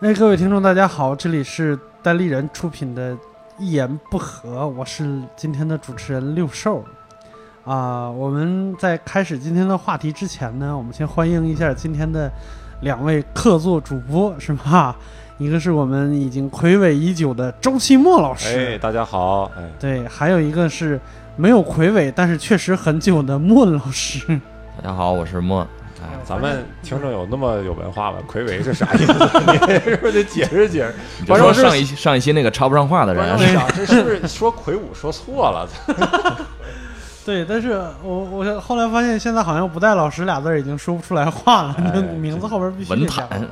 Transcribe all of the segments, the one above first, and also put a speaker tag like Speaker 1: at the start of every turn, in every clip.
Speaker 1: 哎，各位听众，大家好，这里是单立人出品的《一言不合》，我是今天的主持人六兽。啊、我们在开始今天的话题之前呢，我们先欢迎一下今天的两位客座主播，是吧？一个是我们已经暌违已久的周奇墨老师，
Speaker 2: 哎，大家好，哎，
Speaker 1: 对，还有一个是没有魁伟，但是确实很久的莫老师。
Speaker 3: 大家好，我是莫。
Speaker 1: 哎
Speaker 3: 哎，
Speaker 2: 咱们听众有那么有文化吗？魁伟是啥意 思？你是不是得解释解释？
Speaker 3: 你就
Speaker 2: 观众
Speaker 3: 说
Speaker 2: 是
Speaker 3: 上一上一期那个插不上话的
Speaker 2: 观
Speaker 3: 人
Speaker 2: 众，想，这是不是说魁梧说错 了？
Speaker 1: 对，但是我我后来发现，现在好像不带“老师”俩字儿已经说不出来话了，
Speaker 2: 哎
Speaker 1: 那 名字后边必须得
Speaker 3: 文
Speaker 1: 加
Speaker 3: 坛。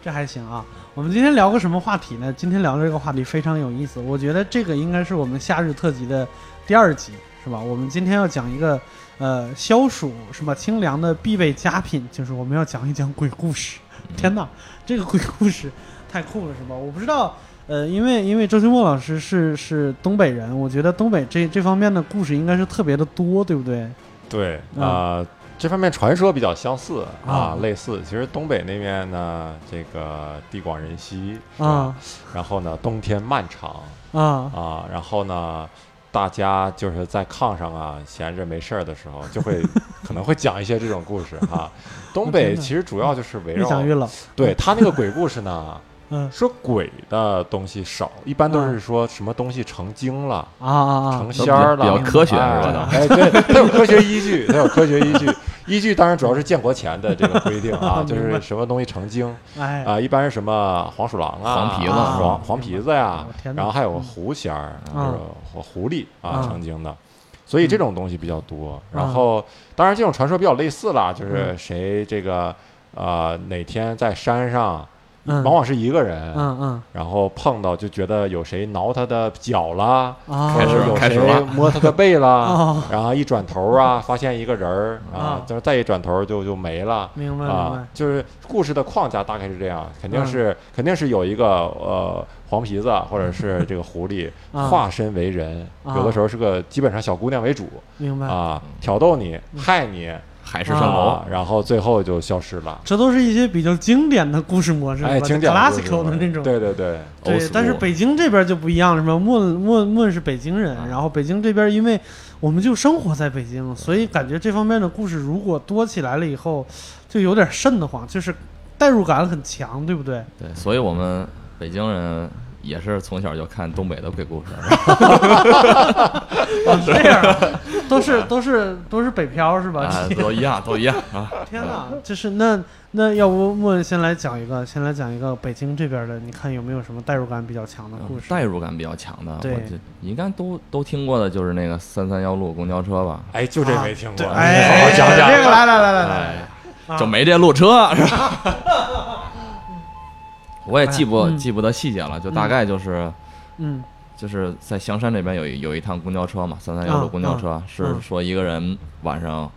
Speaker 1: 这还行啊。我们今天聊个什么话题呢？今天聊的这个话题非常有意思，我觉得这个应该是我们夏日特辑的第二集，是吧？我们今天要讲一个呃消暑是吧清凉的必备佳品，就是我们要讲一讲鬼故事。
Speaker 2: 嗯
Speaker 1: 天哪，这个鬼故事太酷了，是吧？我不知道。呃，因为因为周清墨老师是是东北人，我觉得东北这这方面的故事应该是特别的多，对不对？
Speaker 2: 对
Speaker 1: 嗯
Speaker 2: 啊、这方面传说比较相似啊
Speaker 1: 啊，
Speaker 2: 类似。其实东北那边呢，这个地广人稀是吧
Speaker 1: 啊
Speaker 2: 然后呢，冬天漫长
Speaker 1: 啊
Speaker 2: 啊，然后呢。大家就是在炕上啊，闲着没事儿的时候，就 会可能会讲一些这种故事哈、
Speaker 1: 哦
Speaker 2: 东
Speaker 1: 真
Speaker 2: 北
Speaker 1: 的
Speaker 2: 其实主要就是围
Speaker 1: 越
Speaker 2: 绕
Speaker 1: 讲越老，
Speaker 2: 对他那个鬼故事呢，
Speaker 1: 嗯
Speaker 2: 说鬼的东西少，一般都是说什么东西成精了、
Speaker 1: 啊啊啊
Speaker 2: 成，仙儿了，
Speaker 3: 比较科学
Speaker 2: 哎
Speaker 3: 是吧？
Speaker 2: 哎，对，它有科学依据， 它有科学依据。依据当然主要是建国前的这个规定啊，就
Speaker 1: 明白
Speaker 2: 是什么东西成精
Speaker 1: 哎
Speaker 2: 啊，一般是什么黄鼠狼啊、
Speaker 3: 黄皮子
Speaker 2: 黄黄皮子
Speaker 1: 我
Speaker 2: 呀
Speaker 1: 哦天，哪
Speaker 2: 然后还有狐仙儿，啊就
Speaker 1: 嗯
Speaker 2: 是狐狐狸啊
Speaker 1: 嗯
Speaker 2: 成精的。所以这种东西比较多，
Speaker 1: 嗯
Speaker 2: 然后当然这种传说比较类似啦，就是
Speaker 1: 嗯
Speaker 2: 谁这个呃哪天在山上，
Speaker 1: 嗯
Speaker 2: 往往是一个人，
Speaker 1: 嗯
Speaker 2: 然后碰到就觉得有谁挠他的脚啦，
Speaker 1: 嗯啊，
Speaker 3: 开始
Speaker 2: 或者有
Speaker 3: 开始
Speaker 2: 谁
Speaker 3: 了
Speaker 2: 摸他的背啦，
Speaker 1: 哦，
Speaker 2: 然后一转头啊，发现一个人儿
Speaker 1: 啊
Speaker 2: 啊，就是再一转头就就没了。
Speaker 1: 明白明
Speaker 2: 啊
Speaker 1: 白，，嗯
Speaker 2: 就是故事的框架大概是这样，肯定是、肯定是有一个呃黄皮子或 者是这个狐狸
Speaker 1: 啊
Speaker 2: 化身为人，
Speaker 1: 啊
Speaker 2: 有的时候是个基本上小姑娘为主
Speaker 1: 明白。
Speaker 2: 啊，挑逗你
Speaker 1: 嗯
Speaker 2: 害你，
Speaker 3: 海市蜃楼
Speaker 2: 啊，然后最后就消失了。
Speaker 1: 这都是一些比较经典的故事模式，
Speaker 2: 哎，
Speaker 1: 吧
Speaker 2: 经典的故事
Speaker 1: classical 的那种。
Speaker 2: 对对对，
Speaker 3: old
Speaker 1: 对
Speaker 3: school，
Speaker 1: 但是北京这边就不一样了，是吧？莫莫莫是北京人
Speaker 3: 啊，
Speaker 1: 然后北京这边因为我们就生活在北京，所以感觉这方面的故事如果多起来了以后，就有点瘆得慌，就是代入感很强，对不 对？
Speaker 3: 对，所以我们北京人也是从小就看东北的鬼故事，
Speaker 1: 啊，这样啊都是 都是都是北漂是吧？
Speaker 3: 啊，都一样，都一样啊。
Speaker 1: 天哪，就是那那要不莫先来讲一个，先来讲一个北京这边的，你看有没有什么代入感比较强的故事？
Speaker 3: 代入感比较强的，我
Speaker 1: 对
Speaker 3: 这你应该都都听过的，就是那个三三幺路公交车吧？
Speaker 2: 哎，就这没听过，
Speaker 1: 啊对哎
Speaker 2: 你好好讲讲。
Speaker 1: 这个来来来来来，
Speaker 3: 哎
Speaker 1: 啊，
Speaker 3: 就没这路车是吧？ 我也记不
Speaker 1: 嗯
Speaker 3: 记不得细节了，就大概就是
Speaker 1: 嗯
Speaker 3: 就是在香山这边有一有一趟公交车嘛，三三幺路公交车、
Speaker 1: 啊
Speaker 3: 是说一个人晚上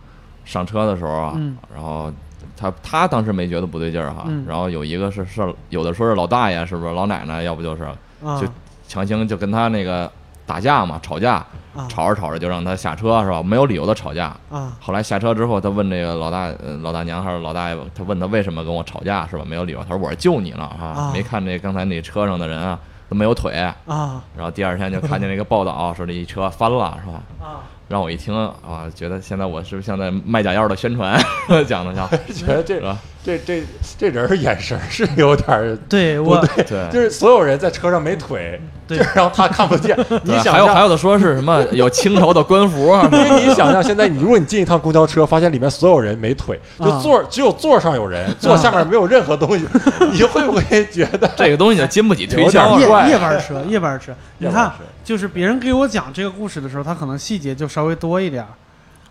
Speaker 3: 上车的时候啊，
Speaker 1: 嗯
Speaker 3: 然后他他当时没觉得不对劲儿哈，
Speaker 1: 嗯
Speaker 3: 然后有一个是是有的说是老大爷，是不是老奶奶，要不就是
Speaker 1: 啊
Speaker 3: 就强行就跟他那个打架嘛，吵架，
Speaker 1: 啊
Speaker 3: 吵着吵着就让他下车是吧？没有理由的吵架。
Speaker 1: 啊
Speaker 3: 后来下车之后，他问这个老大、呃、老大娘还是老大爷，他问他为什么跟我吵架是吧？没有理由，他说我是救你了
Speaker 1: 啊
Speaker 3: 啊，没看这刚才那车上的人啊都没有腿，
Speaker 1: 啊
Speaker 3: 然后第二天就看见那个报道， 说这一车翻了，是吧？
Speaker 1: 啊！
Speaker 3: 让我一听啊，觉得现在我是不是像在卖假药的宣传 讲的像，
Speaker 2: 觉得这
Speaker 3: 是吧？
Speaker 2: 这这这人儿眼神儿是有点 儿，
Speaker 1: 对我
Speaker 2: 就
Speaker 3: 对。
Speaker 2: 是所有人在车上没腿，
Speaker 1: 对
Speaker 2: 就是让他看不见。你
Speaker 3: 对
Speaker 2: 想
Speaker 3: 还有还
Speaker 2: 象，
Speaker 3: 有的说是什么有青头的官服，啊
Speaker 2: 因为你想象现在你，如果你进一趟公交车，发现里面所有人没腿，
Speaker 1: 啊
Speaker 2: 就座儿只有座儿上有人，座下面没有任何东 西，你会不会觉得
Speaker 3: 这个东西就经不起推销啊
Speaker 2: 有
Speaker 1: 夜
Speaker 2: 点
Speaker 3: 了。
Speaker 2: 怪
Speaker 1: 夜班车，夜班车，你
Speaker 2: 夜班
Speaker 1: 看
Speaker 2: 车，
Speaker 1: 就是别人给我讲这个故事的时候，他可能细节就稍微多一点儿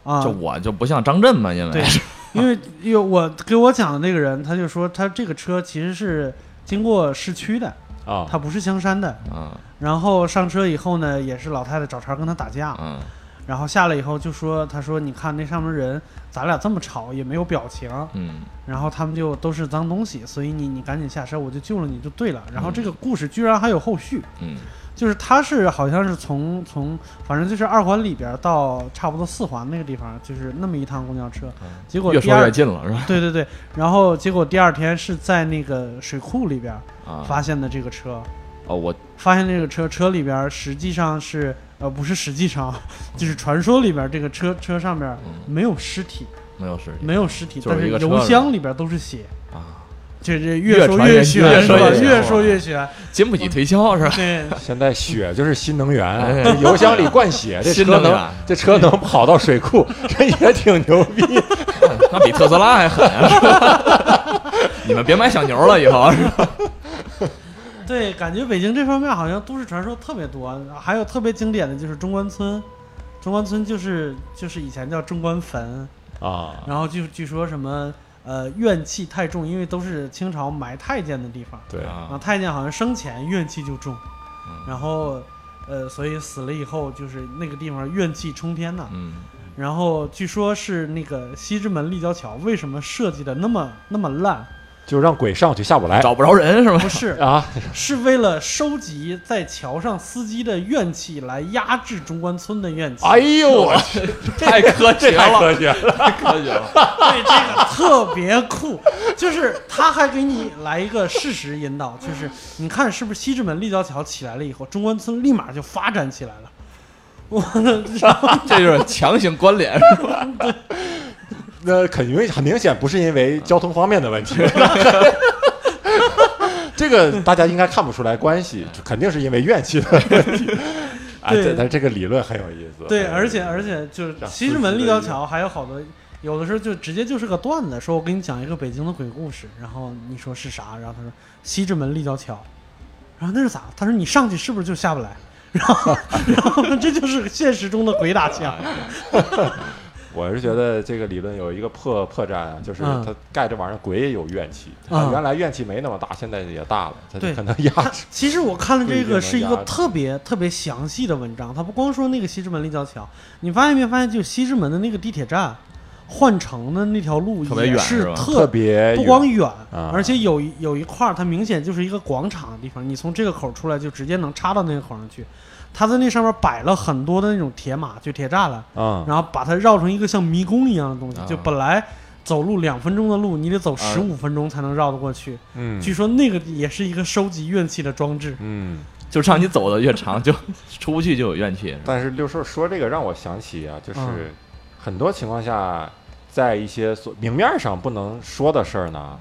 Speaker 1: 啊
Speaker 3: 就。我就不像张震嘛，因 为
Speaker 1: 对因为因为我给我讲的那个人，他就说他这个车其实是经过市区的，
Speaker 2: 啊？
Speaker 1: 他不是香山的。
Speaker 3: 嗯
Speaker 1: 然后上车以后呢，也是老太太找茬跟他打架，
Speaker 2: 哦
Speaker 3: 嗯
Speaker 1: 然后下来以后就说：“他说你看那上面人，咱俩这么吵也没有表情，
Speaker 3: 嗯，
Speaker 1: 然后他们就都是脏东西，所以你你赶紧下车，我就救了你就对了。”然后这个故事居然还有后续，
Speaker 3: 嗯，
Speaker 1: 就是他是好像是从从反正就是二环里边到差不多四环那个地方，就是那么一趟公交车，结果
Speaker 3: 嗯越
Speaker 1: 第
Speaker 3: 说
Speaker 1: 二
Speaker 3: 越近了是吧？
Speaker 1: 对对对，然后结果第二天是在那个水库里边
Speaker 3: 啊，
Speaker 1: 发现的这个车，
Speaker 3: 哦，我
Speaker 1: 发现这个车车里边实际上是呃不是实际上， 就是传说里边这个车车上边
Speaker 3: 嗯
Speaker 1: 没有尸体，
Speaker 3: 没有事
Speaker 1: 没有尸体，
Speaker 3: 就是
Speaker 1: 但
Speaker 3: 一个车
Speaker 1: 油箱里边都是血。
Speaker 3: 啊，
Speaker 1: 这这
Speaker 3: 越
Speaker 1: 说
Speaker 3: 传
Speaker 1: 越
Speaker 3: 越
Speaker 1: 玄，
Speaker 3: 越
Speaker 1: 是
Speaker 3: 说
Speaker 1: 吧
Speaker 3: 越
Speaker 1: 越
Speaker 3: 玄啊
Speaker 1: 说越玄。
Speaker 3: 经不起推敲是吧？
Speaker 1: 对，
Speaker 2: 现在血就是新能源啊，
Speaker 3: 哎
Speaker 2: 这油箱里灌血，这
Speaker 3: 新
Speaker 2: 车
Speaker 3: 能源
Speaker 2: 能这车 能跑到水库，这也挺牛逼。
Speaker 3: 那比特斯拉还狠啊！是吧 你们别买小牛了，以后是吧
Speaker 1: 对，感觉北京这方面好像都市传说特别多，还有特别经典的就是中关村，中关村就是就是以前叫中关坟，
Speaker 2: 啊，
Speaker 1: 然后据据说什么呃怨气太重，因为都是清朝埋太监的地方，
Speaker 2: 对，
Speaker 1: 然
Speaker 3: 啊
Speaker 1: 后太监好像生前怨气就重
Speaker 3: 嗯，
Speaker 1: 然后呃所以死了以后就是那个地方怨气冲天呐、
Speaker 3: 嗯，
Speaker 1: 然后据说是那个西直门立交桥为什么设计的那么那么烂？
Speaker 2: 就让鬼上去下不来
Speaker 3: 找不着人是吧？
Speaker 1: 不是，
Speaker 2: 啊，
Speaker 1: 是为了收集在桥上司机的怨气，来压制中关村的怨气。
Speaker 2: 哎呦 我去，
Speaker 3: 太 科学
Speaker 2: 这太
Speaker 3: 了，
Speaker 2: 科学了，
Speaker 3: 太科学了。
Speaker 1: 对，这个特别酷，就是他还给你来一个事实引导，就是你看是不是西直门立交桥起来了以后，中关村立马就发展起来了。我的，然后
Speaker 3: 这就是强行关联是吧？
Speaker 2: 那肯明很明显不是因为交通方面的问 题。这个大家应该看不出来关系，肯定是因为怨气的问题。哎，
Speaker 1: 对
Speaker 2: 这但这个理论很有意思。
Speaker 1: 对，而且而且就是
Speaker 2: 让
Speaker 1: 西
Speaker 2: 司
Speaker 1: 直门
Speaker 2: 机
Speaker 1: 立
Speaker 2: 的
Speaker 1: 交
Speaker 2: 一
Speaker 1: 桥还有好多，有的时候就直接就是个段子，说我给你讲一个北京的鬼故事，然后你说是啥，然后他说西直门立交桥，然后那是咋？他说你上去是不是就下不来？然后然后这就是现实中的鬼打墙，
Speaker 2: 我是觉得这个理论有一个破破绽啊，就是
Speaker 1: 嗯
Speaker 2: 它盖这玩意儿鬼也有怨气，
Speaker 1: 嗯
Speaker 2: 原来怨气没那么大，现在也大了，它
Speaker 1: 对
Speaker 2: 就可能压
Speaker 1: 他
Speaker 2: 制。
Speaker 1: 其实我看了这个是一
Speaker 2: 不一定
Speaker 1: 个
Speaker 2: 能压
Speaker 1: 特别特别详细的文章，他不光说那个西直门立交桥，你发现没发现，就西直门的那个地铁站，换乘的那条路
Speaker 3: 特别
Speaker 1: 也
Speaker 3: 远
Speaker 1: 是
Speaker 3: 是吧
Speaker 1: 特
Speaker 2: 特别
Speaker 1: 不
Speaker 2: 远
Speaker 1: 光远，
Speaker 2: 啊
Speaker 1: 而且有一有一块儿，它明显就是一个广场的地方，你从这个口儿出来就直接能插到那个口上去。它在那上面摆了很多的那种铁马，就铁栅栏，
Speaker 2: 嗯，
Speaker 1: 然后把它绕成一个像迷宫一样的东西。
Speaker 3: 啊
Speaker 1: 就本来走路两分钟的路，你得走
Speaker 3: 啊
Speaker 1: 十五分钟才能绕得过去。
Speaker 2: 嗯
Speaker 1: 据说那个也是一个收集怨气的装置。
Speaker 2: 嗯，
Speaker 3: 就让你走的越长，就出不去就有怨气。是吧
Speaker 2: 但是六兽说这个让我想起啊，就是
Speaker 1: 嗯
Speaker 2: 很多情况下，在一些所明面上不能说的事儿呢，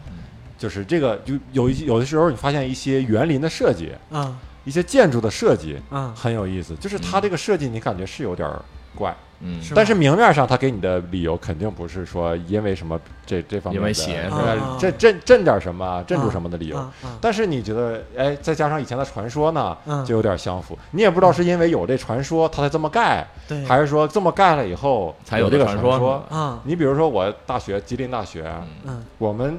Speaker 2: 就是这个就有一有的时候你发现一些园林的设计，
Speaker 1: 啊
Speaker 2: 一些建筑的设计
Speaker 1: 啊，
Speaker 2: 很有意思，就是它这个设计你感觉是有点儿怪。
Speaker 3: 嗯，
Speaker 1: 是吧
Speaker 2: 但是明面上他给你的理由肯定不是说因为什么这这方面的呃
Speaker 3: 因为邪
Speaker 1: 是吧
Speaker 2: 镇镇镇点什么镇住什么的理由。
Speaker 1: 啊啊
Speaker 2: 哎但是你觉得，哎，再加上以前的传说呢，
Speaker 1: 嗯
Speaker 2: 就有点相符。你也不知道是因为有这传说他才这么盖，
Speaker 1: 对，
Speaker 2: 还是说这么盖了以后
Speaker 3: 才
Speaker 2: 有
Speaker 3: 有
Speaker 2: 这
Speaker 3: 这
Speaker 2: 个
Speaker 3: 个
Speaker 2: 传
Speaker 3: 传说
Speaker 1: 啊
Speaker 2: 你比如说我大学吉林大学，
Speaker 1: 嗯
Speaker 2: 我们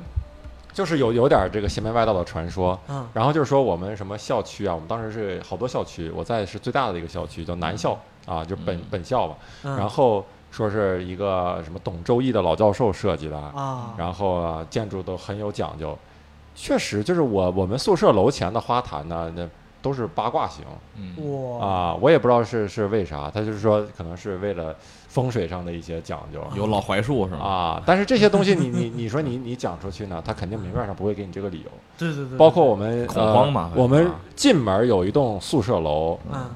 Speaker 2: 就是有有点这个邪门歪道的传说。
Speaker 1: 啊
Speaker 2: 然后就是说我们什么校区啊，我们当时是好多校区，我在是最大的一个校区叫南校啊，就本
Speaker 3: 嗯
Speaker 2: 本校吧。
Speaker 1: 啊，
Speaker 2: 然后说是一个什么董周易的老教授设计的，
Speaker 1: 啊
Speaker 2: 然后、啊、建筑都很有讲究。确实，就是我我们宿舍楼前的花坛呢，那都是八卦形
Speaker 3: 嗯，
Speaker 1: 哇
Speaker 2: 啊，我也不知道是是为啥，他就是说可能是为了风水上的一些讲究。
Speaker 3: 有老槐树是吧？
Speaker 2: 啊，但是这些东西你 你你说你你讲出去呢，他肯定明面上不会给你这个理由。
Speaker 1: 对对对，
Speaker 2: 包括我们
Speaker 3: 嗯恐
Speaker 2: 呃
Speaker 3: 慌嘛
Speaker 2: 我们
Speaker 3: 啊
Speaker 2: 进门有一栋宿舍楼，
Speaker 1: 啊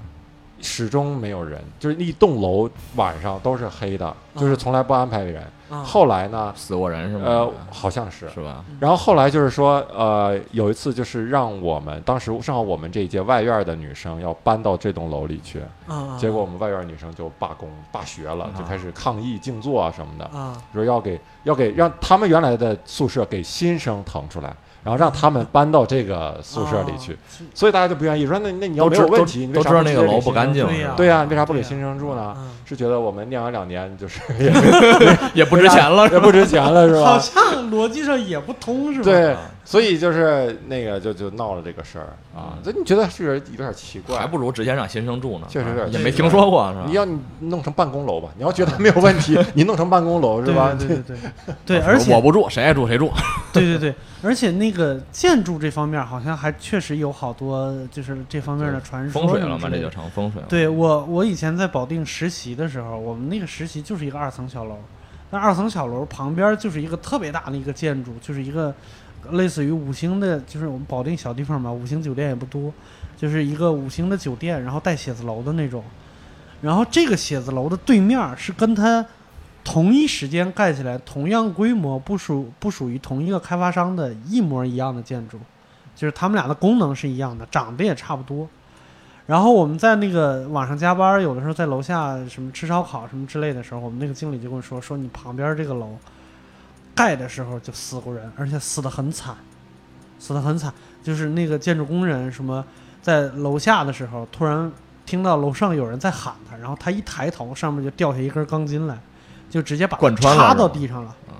Speaker 2: 始终没有人，就是一栋楼晚上都是黑的，就是从来不安排人。
Speaker 1: 啊
Speaker 2: 后来呢，
Speaker 3: 死过哦人是吗？
Speaker 2: 呃，好像是。
Speaker 3: 是吧？
Speaker 2: 然后后来就是说，呃，有一次就是让我们当时正好我们这一届外院的女生要搬到这栋楼里去，
Speaker 1: 啊
Speaker 2: 结果我们外院女生就罢工罢学
Speaker 3: 啊
Speaker 2: 了，就开始抗议静坐啊什么的，
Speaker 1: 啊
Speaker 2: 说要给要给让他们原来的宿舍给新生腾出来，然后让他们搬到这个宿舍里去
Speaker 1: 啊，是
Speaker 2: 所以大家就不愿意说那那你要
Speaker 3: 都
Speaker 2: 没
Speaker 3: 知
Speaker 2: 有
Speaker 3: 都
Speaker 2: 问题，你为
Speaker 3: 都
Speaker 2: 啥
Speaker 3: 知道
Speaker 2: 直
Speaker 3: 那
Speaker 2: 接
Speaker 3: 个
Speaker 2: 给
Speaker 3: 楼
Speaker 2: 新
Speaker 3: 不干
Speaker 2: 生
Speaker 3: 净啊
Speaker 1: 对
Speaker 3: 是
Speaker 1: 呀
Speaker 3: 吧，
Speaker 2: 对啊呀、你为啥不给
Speaker 1: 对呀
Speaker 2: 新生住呢？
Speaker 3: 嗯
Speaker 1: 啊
Speaker 2: 是觉得我们念完两年就是 也
Speaker 3: 也不值钱了是
Speaker 2: 也
Speaker 3: 吧？
Speaker 2: 不值钱了是吧？
Speaker 1: 好像逻辑上也不通，是吧？
Speaker 2: 对
Speaker 3: 啊，
Speaker 2: 所以就是那个就就闹了这个事儿啊，所以你觉得是有点奇
Speaker 3: 还
Speaker 2: 怪
Speaker 3: 不。如直接让新生住呢，
Speaker 2: 确实有点
Speaker 3: 也没听说过是吧？
Speaker 2: 你要你弄成办公楼吧，你要觉得没有问题，你弄成办公楼是
Speaker 1: 对
Speaker 2: 吧？
Speaker 1: 对对对对，对而
Speaker 3: 我
Speaker 1: 且
Speaker 3: 不住，谁爱住谁住。
Speaker 1: 对对对，而且那个建筑这方面好像还确实有好多就是这方面的传说
Speaker 3: 风水
Speaker 1: 什么
Speaker 3: 了
Speaker 1: 之
Speaker 3: 嘛，
Speaker 1: 类
Speaker 3: 这
Speaker 1: 的
Speaker 3: 就成风水了。
Speaker 1: 对我，我以前在保定实习的时候，我们那个实习就是一个二层小楼，那二层小楼旁边就是一个特别大的一个建筑，就是一个类似于五星的，就是我们保定小地方嘛，五星酒店也不多，就是一个五星的酒店，然后带写字楼的那种。然后这个写字楼的对面是跟它同一时间盖起来、同样规模、不属不属于同一个开发商的一模一样的建筑，就是他们俩的功能是一样的，长得也差不多。然后我们在那个晚上加班，有的时候在楼下什么吃烧烤什么之类的时候，我们那个经理就跟我说：“说你旁边这个楼盖的时候就死过人，而且死得很惨，死得很惨。就是那个建筑工人什么在楼下的时候，突然听到楼上有人在喊他，然后他一抬头，上面就掉下一根钢筋来，就直接把他
Speaker 3: 贯穿了
Speaker 1: 插
Speaker 3: 是吧
Speaker 1: 到地上了
Speaker 3: 嗯，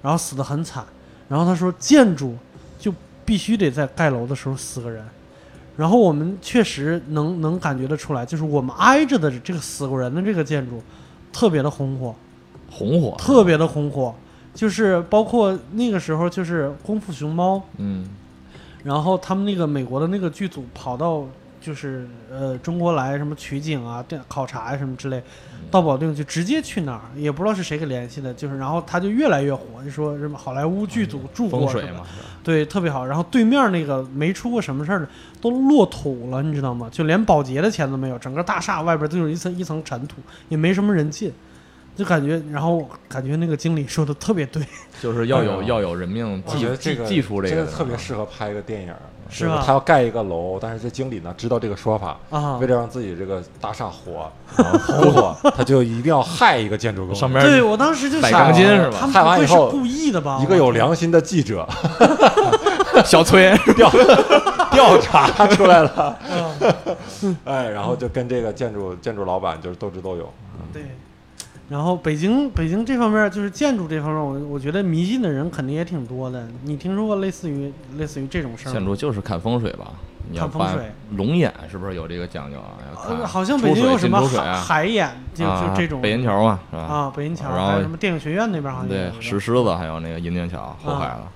Speaker 1: 然后死得很惨。然后他说建筑就必须得在盖楼的时候死个人。”然后我们确实能能感觉得出来，就是我们挨着的这个死过人的这个建筑，特别的红火，
Speaker 3: 红火，
Speaker 1: 特别的红火。就是包括那个时候，就是功夫熊猫，
Speaker 3: 嗯，
Speaker 1: 然后他们那个美国的那个剧组跑到就是呃中国来什么取景啊、电考察呀、什么之类，
Speaker 3: 嗯
Speaker 1: 到保定去直接去哪儿也不知道是谁给联系的，就是然后他就越来越火，就说什么好莱坞剧组住过
Speaker 3: 风
Speaker 1: 什
Speaker 3: 水
Speaker 1: 么
Speaker 3: 嘛，是吧
Speaker 1: 对，特别好。然后对面那个没出过什么事儿的都落土了，你知道吗？就连保洁的钱都没有，整个大厦外边都有一层一层尘土，也没什么人进，就感觉，然后感觉那个经理说的特别对，
Speaker 3: 就是要
Speaker 2: 哎
Speaker 3: 有
Speaker 2: 呀
Speaker 3: 要有人命
Speaker 2: 我觉
Speaker 3: 记
Speaker 2: 得这
Speaker 3: 记
Speaker 2: 个
Speaker 3: 记出
Speaker 2: 这
Speaker 3: 个的啊
Speaker 2: 特别适合拍一个电影，
Speaker 1: 是
Speaker 2: 就
Speaker 1: 吧
Speaker 2: 他要盖一个楼，但是这经理呢知道这个说法，
Speaker 1: 啊
Speaker 2: 为。了让自己这个大厦火，然后红火，他就一定要害一个建筑工
Speaker 3: 上
Speaker 2: 人。
Speaker 3: 边
Speaker 1: 对，我当时就
Speaker 3: 摆
Speaker 1: 想
Speaker 3: 钢筋是吧
Speaker 1: 他们
Speaker 2: 害
Speaker 1: 不
Speaker 2: 完
Speaker 1: 会
Speaker 2: 以
Speaker 1: 是
Speaker 2: 后
Speaker 1: 故意的吧？
Speaker 2: 一个有良心的记者
Speaker 3: 小崔
Speaker 2: 调调 查出来了，
Speaker 1: 嗯
Speaker 2: 哎，然后就跟这个建筑建筑老板就是斗智斗勇。
Speaker 1: 对。然后北京北京这方面就是建筑这方面，我我觉得迷信的人肯定也挺多的。你听说过类似于类似于这种事儿
Speaker 3: 建
Speaker 1: 吗？
Speaker 3: 筑就是看风水吧，你要
Speaker 1: 看风
Speaker 3: 把
Speaker 1: 水
Speaker 3: 龙眼是不是有这个讲究啊？要
Speaker 1: 呃，
Speaker 3: 看
Speaker 1: 好像北京
Speaker 3: 出水
Speaker 1: 有什
Speaker 3: 进
Speaker 1: 么
Speaker 3: 出水
Speaker 1: 海
Speaker 3: 啊
Speaker 1: 海眼，就就
Speaker 3: 啊
Speaker 1: 这种
Speaker 3: 北银桥嘛，是吧？
Speaker 1: 啊，北银桥，
Speaker 3: 然后
Speaker 1: 还有什么电影学院那边好像也有
Speaker 3: 对
Speaker 1: 一，个
Speaker 3: 石狮子还有那个银锭桥后海了，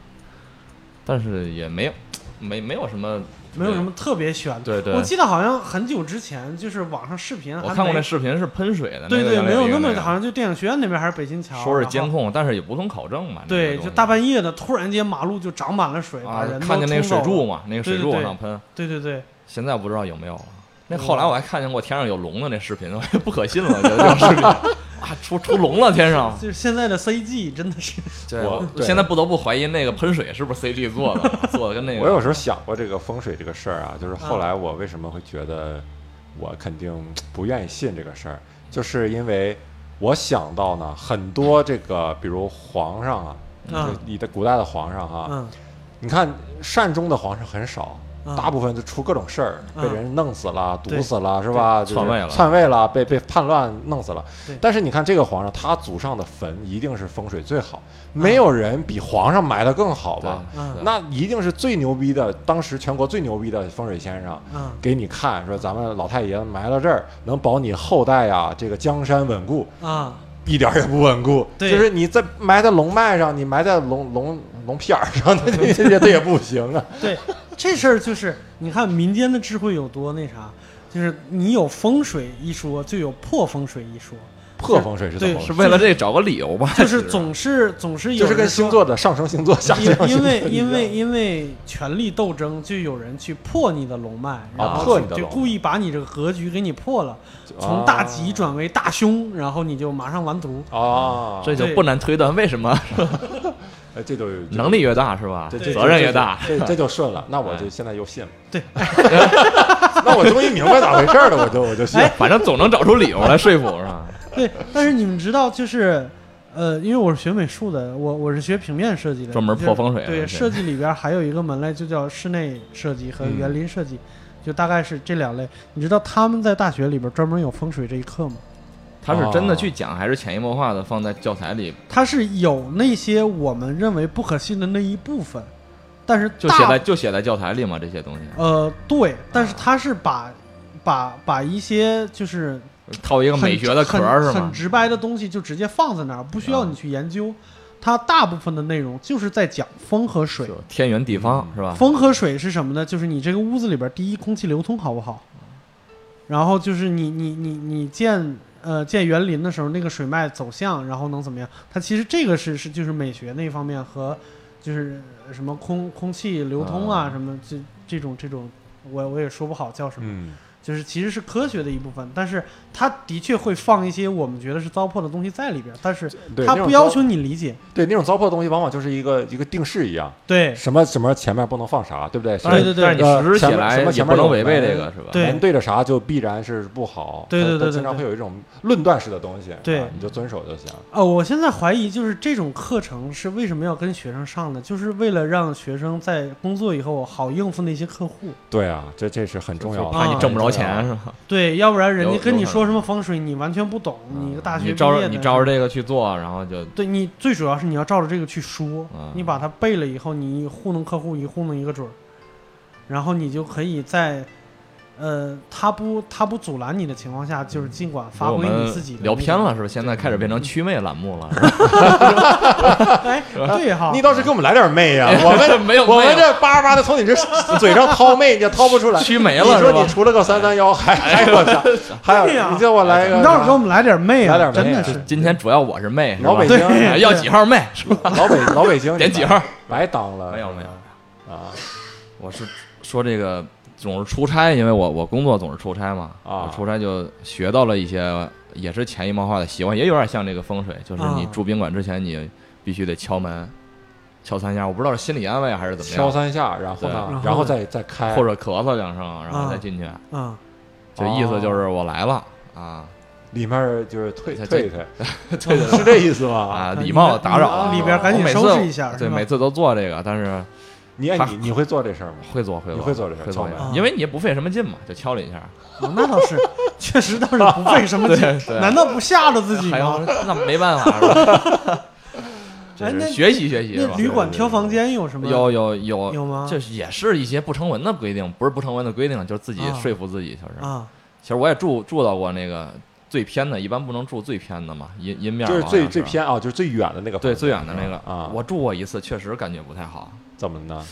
Speaker 3: 但是也没有，没没有什么，
Speaker 1: 没有什么特别悬的。
Speaker 3: 对对
Speaker 1: 我记得好像很久之前，就是网上视频还没，
Speaker 3: 我看过那视频是喷水的，
Speaker 1: 对
Speaker 3: 那
Speaker 1: 对，
Speaker 3: 个
Speaker 1: 没有那么好
Speaker 3: 个
Speaker 1: 像就电影学院那边还是北京桥，
Speaker 3: 说是
Speaker 1: 然后
Speaker 3: 监控，但是也无从考证嘛。那
Speaker 1: 对，
Speaker 3: 个东
Speaker 1: 就
Speaker 3: 西
Speaker 1: 大半夜的，突然间马路就涨满了水，把
Speaker 3: 啊
Speaker 1: 人，都
Speaker 3: 看见那个
Speaker 1: 冲
Speaker 3: 水
Speaker 1: 走
Speaker 3: 柱
Speaker 1: 了，
Speaker 3: 嘛，那个
Speaker 1: 对对
Speaker 3: 水柱往
Speaker 1: 对
Speaker 3: 上喷，
Speaker 1: 对对对，
Speaker 3: 现在不知道有没有了。那
Speaker 1: 嗯
Speaker 3: 后来我还看见过天上有龙的那视频，我也不可信了，我觉得这种视频啊出出龙了天上。
Speaker 1: 就是现在的 CG 真的是，
Speaker 3: 对
Speaker 2: 我对
Speaker 3: 现在不得不怀疑那个喷水是不是 CG 做的，做的跟那个
Speaker 2: 我有时候想过这个风水这个事儿啊，就是后来我为什么会觉得我肯定不愿意信这个事儿，就是因为我想到呢，很多这个比如皇上啊，
Speaker 1: 嗯
Speaker 2: 就你的古代的皇上啊，
Speaker 1: 嗯
Speaker 2: 你看善终的皇上很少。
Speaker 1: 嗯
Speaker 2: 大部分就出各种事儿，
Speaker 1: 嗯
Speaker 2: 被人弄死了、
Speaker 1: 对
Speaker 2: 毒死了，是吧？就是
Speaker 3: 篡位了
Speaker 2: 篡位了，被被叛乱弄死了
Speaker 1: 对。
Speaker 2: 但是你看这个皇上，他祖上的坟一定是风水最好，没有人比皇上埋的更好吧？
Speaker 3: 对
Speaker 1: 嗯
Speaker 3: 对
Speaker 2: 那一定是最牛逼的，当时全国最牛逼的风水先生，
Speaker 1: 嗯
Speaker 2: 给你看说咱们老太爷埋到这儿，能保你后代啊，这个江山稳固，
Speaker 1: 啊，
Speaker 2: 一点儿也不稳固。
Speaker 1: 对
Speaker 2: 就是你在埋在龙脉上，你埋在龙龙龙屁眼儿上，那这这这也不行啊。
Speaker 1: 对，这事儿就是你看民间的智慧有多那啥，就是你有风水一说，就有破风水一说，
Speaker 2: 破风水是怎
Speaker 1: 对
Speaker 2: 么回
Speaker 3: 是
Speaker 2: 事？
Speaker 3: 为了这找个理由吧？
Speaker 1: 就
Speaker 3: 其
Speaker 1: 是
Speaker 3: 实啊
Speaker 1: 总是总是有
Speaker 2: 就是跟
Speaker 1: 人说
Speaker 2: 星座的上升星座、下
Speaker 1: 因
Speaker 2: 降星座
Speaker 1: 因为
Speaker 2: 一样
Speaker 1: 因为因为权力斗争，就有人去破你的龙脉，然后
Speaker 2: 破
Speaker 1: 就
Speaker 2: 你的
Speaker 1: 就
Speaker 2: 龙
Speaker 1: 故意把你这个格局给你破了，从大吉转为大凶，然后你就马上完犊。
Speaker 2: 啊，
Speaker 3: 这就
Speaker 1: 对
Speaker 3: 不难推断为什么
Speaker 2: 哎这就有
Speaker 3: 能力越大是吧？
Speaker 2: 这这
Speaker 3: 责任越大。
Speaker 2: 这这这就顺了。那我就
Speaker 3: 哎
Speaker 2: 现在又信了。
Speaker 1: 对，
Speaker 2: 那我终于明白咋回事儿了，我就我就信了。
Speaker 3: 反正总能找出理由来说服 是吧？
Speaker 1: 对，但是你们知道，就是呃，因为我是学美术的，我我是学平面设计的，
Speaker 3: 专门
Speaker 1: 就是
Speaker 3: 破风水的
Speaker 1: 对，
Speaker 3: 是
Speaker 1: 设计里边还有一个门类，就叫室内设计和园林设计，就大概是这两类。你知道他们在大学里边专门有风水这一课吗？
Speaker 3: 他是
Speaker 2: 哦
Speaker 3: 真的去讲，还是潜移默化的放在教材里，
Speaker 1: 它是有那些我们认为不可信的那一部分，但是
Speaker 3: 就
Speaker 1: 大
Speaker 3: 写在啊就写在教材里嘛？这些东西
Speaker 1: 呃对，但是它是把把把一些就是
Speaker 3: 套一个
Speaker 1: 很
Speaker 3: 美学的壳
Speaker 1: 很
Speaker 3: 儿是
Speaker 1: 很
Speaker 3: 吗？
Speaker 1: 直白的东西就直接放在那儿，不需要
Speaker 3: 啊
Speaker 1: 你去研究。它大部分的内容就是在讲风和水
Speaker 3: 就。天圆地方是吧？
Speaker 1: 风和水是什么呢？就是你这个屋子里边，第一空气流通好不好，然后就是你你你你建呃建园林的时候，那个水脉走向，然后能怎么样？它其实这个是是就是美学那方面和就是呃什么空空气流通啊、
Speaker 3: 啊
Speaker 1: 什么这这种这种，我我也说不好叫什么。
Speaker 2: 嗯，
Speaker 1: 就是其实是科学的一部分，但是它的确会放一些我们觉得是糟粕的东西在里边，但是
Speaker 2: 对，
Speaker 1: 它
Speaker 2: 那种
Speaker 1: 不要
Speaker 2: 糟
Speaker 1: 求你理解。
Speaker 2: 对那种糟粕的东西，往往就是一个一个定式一样，
Speaker 1: 对
Speaker 2: 什么什么前面不能放啥，对不对？
Speaker 1: 当然
Speaker 2: 是
Speaker 1: 哎对对
Speaker 3: 但是
Speaker 2: 呃
Speaker 3: 你实施
Speaker 2: 前
Speaker 3: 起
Speaker 2: 面什
Speaker 3: 来
Speaker 2: 么
Speaker 3: 也
Speaker 2: 前
Speaker 3: 不
Speaker 2: 面
Speaker 3: 能
Speaker 2: 有
Speaker 3: 违背这
Speaker 2: 门
Speaker 3: 个是吧？
Speaker 1: 对
Speaker 2: 门对着啥就必然是不好。
Speaker 1: 对对
Speaker 2: 它它
Speaker 1: 对对
Speaker 2: 经常
Speaker 1: 对
Speaker 2: 会有一种论断式的东西，
Speaker 1: 对
Speaker 2: 啊你就遵守就行。
Speaker 1: 哦，我现在怀疑就是这种课程是为什么要跟学生上的，就是为了让学生在工作以后好应付那些客户。
Speaker 2: 对啊，这这是很重要的，啊
Speaker 3: 怕你挣不
Speaker 2: 很重
Speaker 3: 着
Speaker 2: 要
Speaker 3: 钱
Speaker 2: 的。
Speaker 3: 是吧？
Speaker 1: 对，要不然人家
Speaker 3: 有
Speaker 1: 跟你
Speaker 3: 有可能嗯
Speaker 1: 说什么风水，你完全不懂，
Speaker 2: 嗯
Speaker 1: 你个大学
Speaker 3: 你
Speaker 1: 毕
Speaker 3: 照
Speaker 1: 业的
Speaker 3: 着你照着这个去做，然后就
Speaker 1: 对你最主要是你要照着这个去说，
Speaker 3: 嗯
Speaker 1: 你把它背了以后，你糊弄客户一糊弄一个准儿，然后你就可以在，呃，他不他不阻拦你的情况下，就是尽管发
Speaker 3: 嗯我
Speaker 1: 挥你
Speaker 3: 们
Speaker 1: 自己的
Speaker 3: 聊
Speaker 1: 那
Speaker 3: 偏
Speaker 1: 个嗯
Speaker 3: 了，是吧？现在开始变成祛魅 栏目了，
Speaker 1: 哎，对哈，
Speaker 2: 你倒是给我们来点媚呀！我
Speaker 3: 这
Speaker 2: 们
Speaker 3: 没有
Speaker 2: 我
Speaker 3: 啊哎没
Speaker 2: 们
Speaker 3: 有
Speaker 2: 这叭叭的从你这嘴上掏媚，你也掏不出来。
Speaker 3: 祛魅
Speaker 2: 你
Speaker 3: 了是
Speaker 2: 说你
Speaker 3: 吧？哎
Speaker 2: 除了个三三幺，还还有啥？还
Speaker 1: 对呀
Speaker 2: 有你叫我来一个啥，
Speaker 1: 你倒是给我们来点媚啊，
Speaker 2: 来点媚
Speaker 1: 真的
Speaker 2: 啊
Speaker 1: 是
Speaker 3: 今天主要我是妹，是吧
Speaker 2: 老北
Speaker 1: 对
Speaker 2: 京
Speaker 3: 哎要几号妹是吧？
Speaker 2: 老北老北京，
Speaker 3: 点几号？
Speaker 2: 白当了？
Speaker 3: 没有没有，
Speaker 2: 啊，
Speaker 3: 我是说这个总是出差，因为我我工作总是出差嘛，
Speaker 2: 啊
Speaker 3: 我出差就学到了一些，也是潜移默化的习惯，也有点像这个风水，就是你
Speaker 1: 啊
Speaker 3: 住宾馆之前你必须得敲门，敲三下，我不知道是心理安慰还是怎么
Speaker 2: 敲
Speaker 3: 样，
Speaker 2: 三下，然后
Speaker 1: 对
Speaker 2: 呢，
Speaker 1: 然
Speaker 2: 然
Speaker 1: 后呢
Speaker 2: 后再再开，
Speaker 3: 或者咳嗽两声，然后再
Speaker 1: 啊
Speaker 3: 进去，
Speaker 1: 啊，
Speaker 3: 就意思就是我来了啊
Speaker 2: 里面就是退
Speaker 3: 再
Speaker 2: 退一退， 是这意思吗？
Speaker 3: 啊，
Speaker 1: 啊
Speaker 3: 礼貌打扰
Speaker 2: 啊
Speaker 3: 啊
Speaker 1: 里边赶紧
Speaker 3: 我每次
Speaker 1: 收拾一下，
Speaker 3: 对，
Speaker 1: 是吧
Speaker 3: 每次都做这个，但是
Speaker 2: 你哎你你会做这事儿吗？
Speaker 3: 会做会
Speaker 2: 你
Speaker 3: 做
Speaker 2: 会做这事儿
Speaker 3: 会做
Speaker 2: 敲
Speaker 1: 门
Speaker 3: 因为你也不费什么劲嘛，就敲了一下，
Speaker 1: 哦那倒是，确实倒是不费什么
Speaker 3: 对
Speaker 1: 劲，
Speaker 3: 对
Speaker 1: 难道不吓着自己
Speaker 3: 还有
Speaker 1: 吗？
Speaker 3: 那没办法是吧？ 这
Speaker 1: 哎那
Speaker 3: 是学习学习是
Speaker 1: 那
Speaker 3: 吧？
Speaker 1: 旅馆挑房间有什么？
Speaker 3: 有有有
Speaker 1: 有吗
Speaker 3: 就是也是一些不成文的规定，不是不成文的规定，就是自己
Speaker 1: 啊
Speaker 3: 说服自己，就是。
Speaker 1: 啊，
Speaker 3: 其实我也住住到过那个最偏的，一般不能住最偏的嘛，阴阴面儿
Speaker 2: 就是
Speaker 3: 好像
Speaker 2: 最最偏啊，就是最远的那个房间，
Speaker 3: 对最远的那个
Speaker 2: 啊，
Speaker 3: 我住过一次，确实感觉不太好，
Speaker 2: 怎么呢？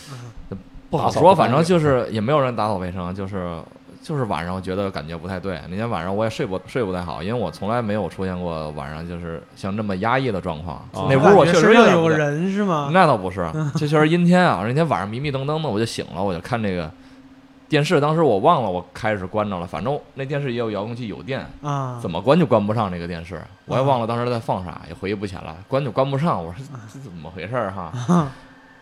Speaker 3: 不好
Speaker 2: 打扫
Speaker 3: 说，
Speaker 2: 不干
Speaker 3: 反正
Speaker 2: 净嗯
Speaker 3: 就是也没有人打扫卫生，就是就是晚上我觉得感觉不太对。那天晚上我也睡不睡不太好，因为我从来没有出现过晚上就是像这么压抑的状况。
Speaker 2: 哦
Speaker 3: 那
Speaker 1: 感
Speaker 3: 屋我
Speaker 1: 觉
Speaker 3: 确实
Speaker 1: 身上
Speaker 3: 点
Speaker 1: 有
Speaker 3: 不
Speaker 1: 个
Speaker 3: 对
Speaker 1: 人啊是吗？
Speaker 3: 那倒 不是，这确实阴天啊！那天晚上迷迷瞪瞪的，我就醒了，我就看这个电视，当时我忘了我开是关着了，反正那电视也有遥控器，有电，
Speaker 1: 啊，
Speaker 3: 怎么关就关不上这个电视，我也忘了当时在放啥，也回忆不起来了，关就关不上，我说这这怎么回事儿哈？
Speaker 1: 啊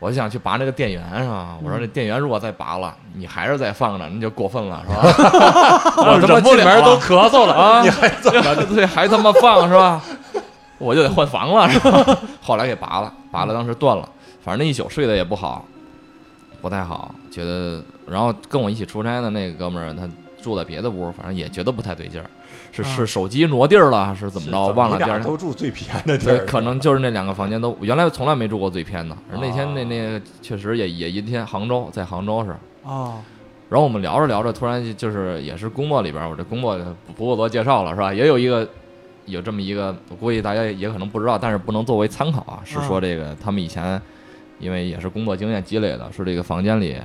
Speaker 3: 我就想去拔那个电源是吧？我说这电源如果再拔了，你还是再放着，那就过分了是 吧？我他妈进门都咳嗽了啊！ 你还怎么对还他妈放是吧？我就得换房了是吧？ 后来给拔了，拔了当时断了，反正那一宿睡得也不好，不太好，觉得。然后跟我一起出差的那个哥们儿，他住在别的屋，反正也觉得不太对劲儿，是
Speaker 1: 啊
Speaker 3: 是手机挪地儿了，还是怎么着？忘了
Speaker 2: 你
Speaker 3: 第
Speaker 2: 俩
Speaker 3: 二天
Speaker 2: 都住最偏的地
Speaker 3: 对，
Speaker 2: 儿，
Speaker 3: 可能就是那两个房间都原来从来没住过最偏的，而那
Speaker 2: 哦
Speaker 3: 天那那个确实也也阴天，杭州在杭州是。
Speaker 1: 哦，
Speaker 3: 然后我们聊着聊着，突然就就是也是工作里边儿，我这工作不不过多介绍了是吧？也有一个有这么一个，我估计大家也可能不知道，但是不能作为参考啊，
Speaker 2: 嗯
Speaker 3: 是说这个他们以前因为也是工作经验积累的，说这个房间里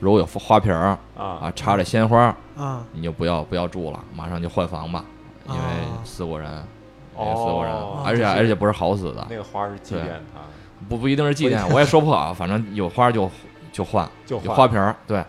Speaker 3: 如果有花瓶儿
Speaker 2: 啊
Speaker 3: 啊，插着鲜花，
Speaker 1: 啊
Speaker 3: 你就不要不要住了，马上就换房吧，因为
Speaker 1: 哦
Speaker 3: 死过人，也
Speaker 2: 哦
Speaker 3: 死过人，而
Speaker 2: 就
Speaker 3: 且
Speaker 2: 是
Speaker 3: 而且不是好死的
Speaker 2: 那。个花是祭
Speaker 3: 对
Speaker 2: 奠他，
Speaker 3: 不不一定是祭奠，我也说不好，反正有花就就换，
Speaker 2: 就
Speaker 3: 有
Speaker 2: 换
Speaker 3: 花瓶儿，对，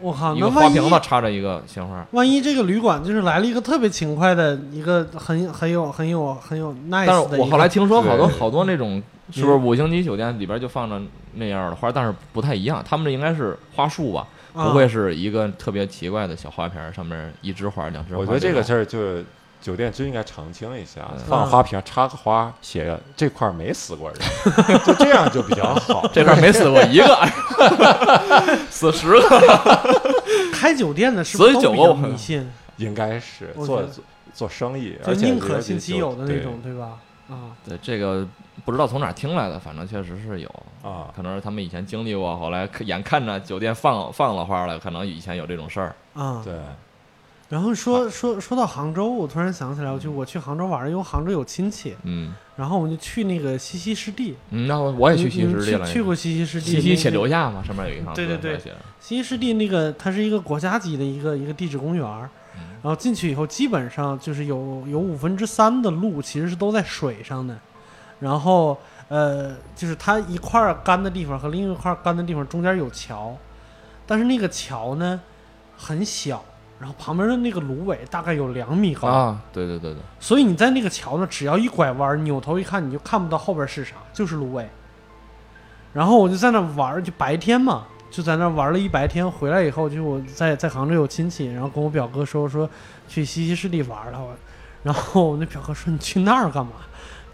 Speaker 1: 我靠，
Speaker 3: 一
Speaker 1: 啊那
Speaker 3: 个花
Speaker 1: 万一
Speaker 3: 瓶子插着一个鲜花，
Speaker 1: 万一这个旅馆就是来了一个特别勤快的一个很很有很有很有 nice 的一
Speaker 3: 但
Speaker 1: 个，嗯
Speaker 3: 是我后来听说好多
Speaker 2: 对
Speaker 3: 好多那种是不是五星级酒店里边就放着那样的花，但是不太一样，他们这应该是花束吧，
Speaker 1: 啊
Speaker 3: 不会是一个特别奇怪的小花瓶儿，上面一枝花两枝花。
Speaker 2: 我觉得这个事
Speaker 3: 儿
Speaker 2: 儿就是酒店真应该澄清一下
Speaker 3: 嗯，
Speaker 2: 放花瓶插个花，写个这块儿没死 过人，就这样就比较好。
Speaker 3: 这边没死过一个，死十个，
Speaker 1: 开酒店的是不是
Speaker 3: 所
Speaker 1: 都
Speaker 3: 以酒
Speaker 1: 比较
Speaker 3: 楼
Speaker 1: 迷信，
Speaker 2: 应该是
Speaker 1: 我
Speaker 2: 做
Speaker 1: 觉得
Speaker 2: 做做生意，
Speaker 1: 就
Speaker 2: 而且
Speaker 1: 宁
Speaker 2: 尤
Speaker 1: 可
Speaker 2: 其
Speaker 1: 信其
Speaker 2: 就
Speaker 1: 有的那
Speaker 2: 对
Speaker 1: 种，对吧？啊，
Speaker 3: 对这个不知道从哪儿听来的，反正确实是有。
Speaker 2: 啊。
Speaker 3: 可能是他们以前经历过，后来看眼看着酒店放放了花了，可能以前有这种事儿。
Speaker 1: 啊，
Speaker 2: 对，
Speaker 1: 然后说说说到杭州，我突然想起来，我去我去杭州玩儿，因为我杭州有亲戚，
Speaker 3: 嗯
Speaker 1: 然后我们就去那个西溪湿地。
Speaker 3: 嗯，那我我也
Speaker 1: 你
Speaker 3: 去
Speaker 1: 你
Speaker 3: 西
Speaker 1: 们
Speaker 3: 湿地了，
Speaker 1: 去去过西溪湿地。
Speaker 3: 西溪
Speaker 1: 那
Speaker 3: 且
Speaker 1: 个
Speaker 3: 留下嘛，上面有一行
Speaker 1: 对
Speaker 3: 字
Speaker 1: 对对
Speaker 3: 上面写的
Speaker 1: 西溪湿地那个，它是一个国家级的一个一个地质公园儿，
Speaker 3: 嗯
Speaker 1: 然后进去以后，基本上就是有有五分之三的路其实是都在水上的，然后呃，就是它一块儿干的地方和另一块儿干的地方中间有桥，但是那个桥呢很小，然后旁边的那个芦苇大概有两米高，
Speaker 3: 啊，对对对对，
Speaker 1: 所以你在那个桥呢，只要一拐弯，扭头一看，你就看不到后边是啥，就是芦苇。然后我就在那玩儿，就白天嘛，就在那玩了一白天。回来以后，就我在在杭州有亲戚，然后跟我表哥说说去西溪湿地玩儿了。我然后我那表哥说你去那儿干嘛？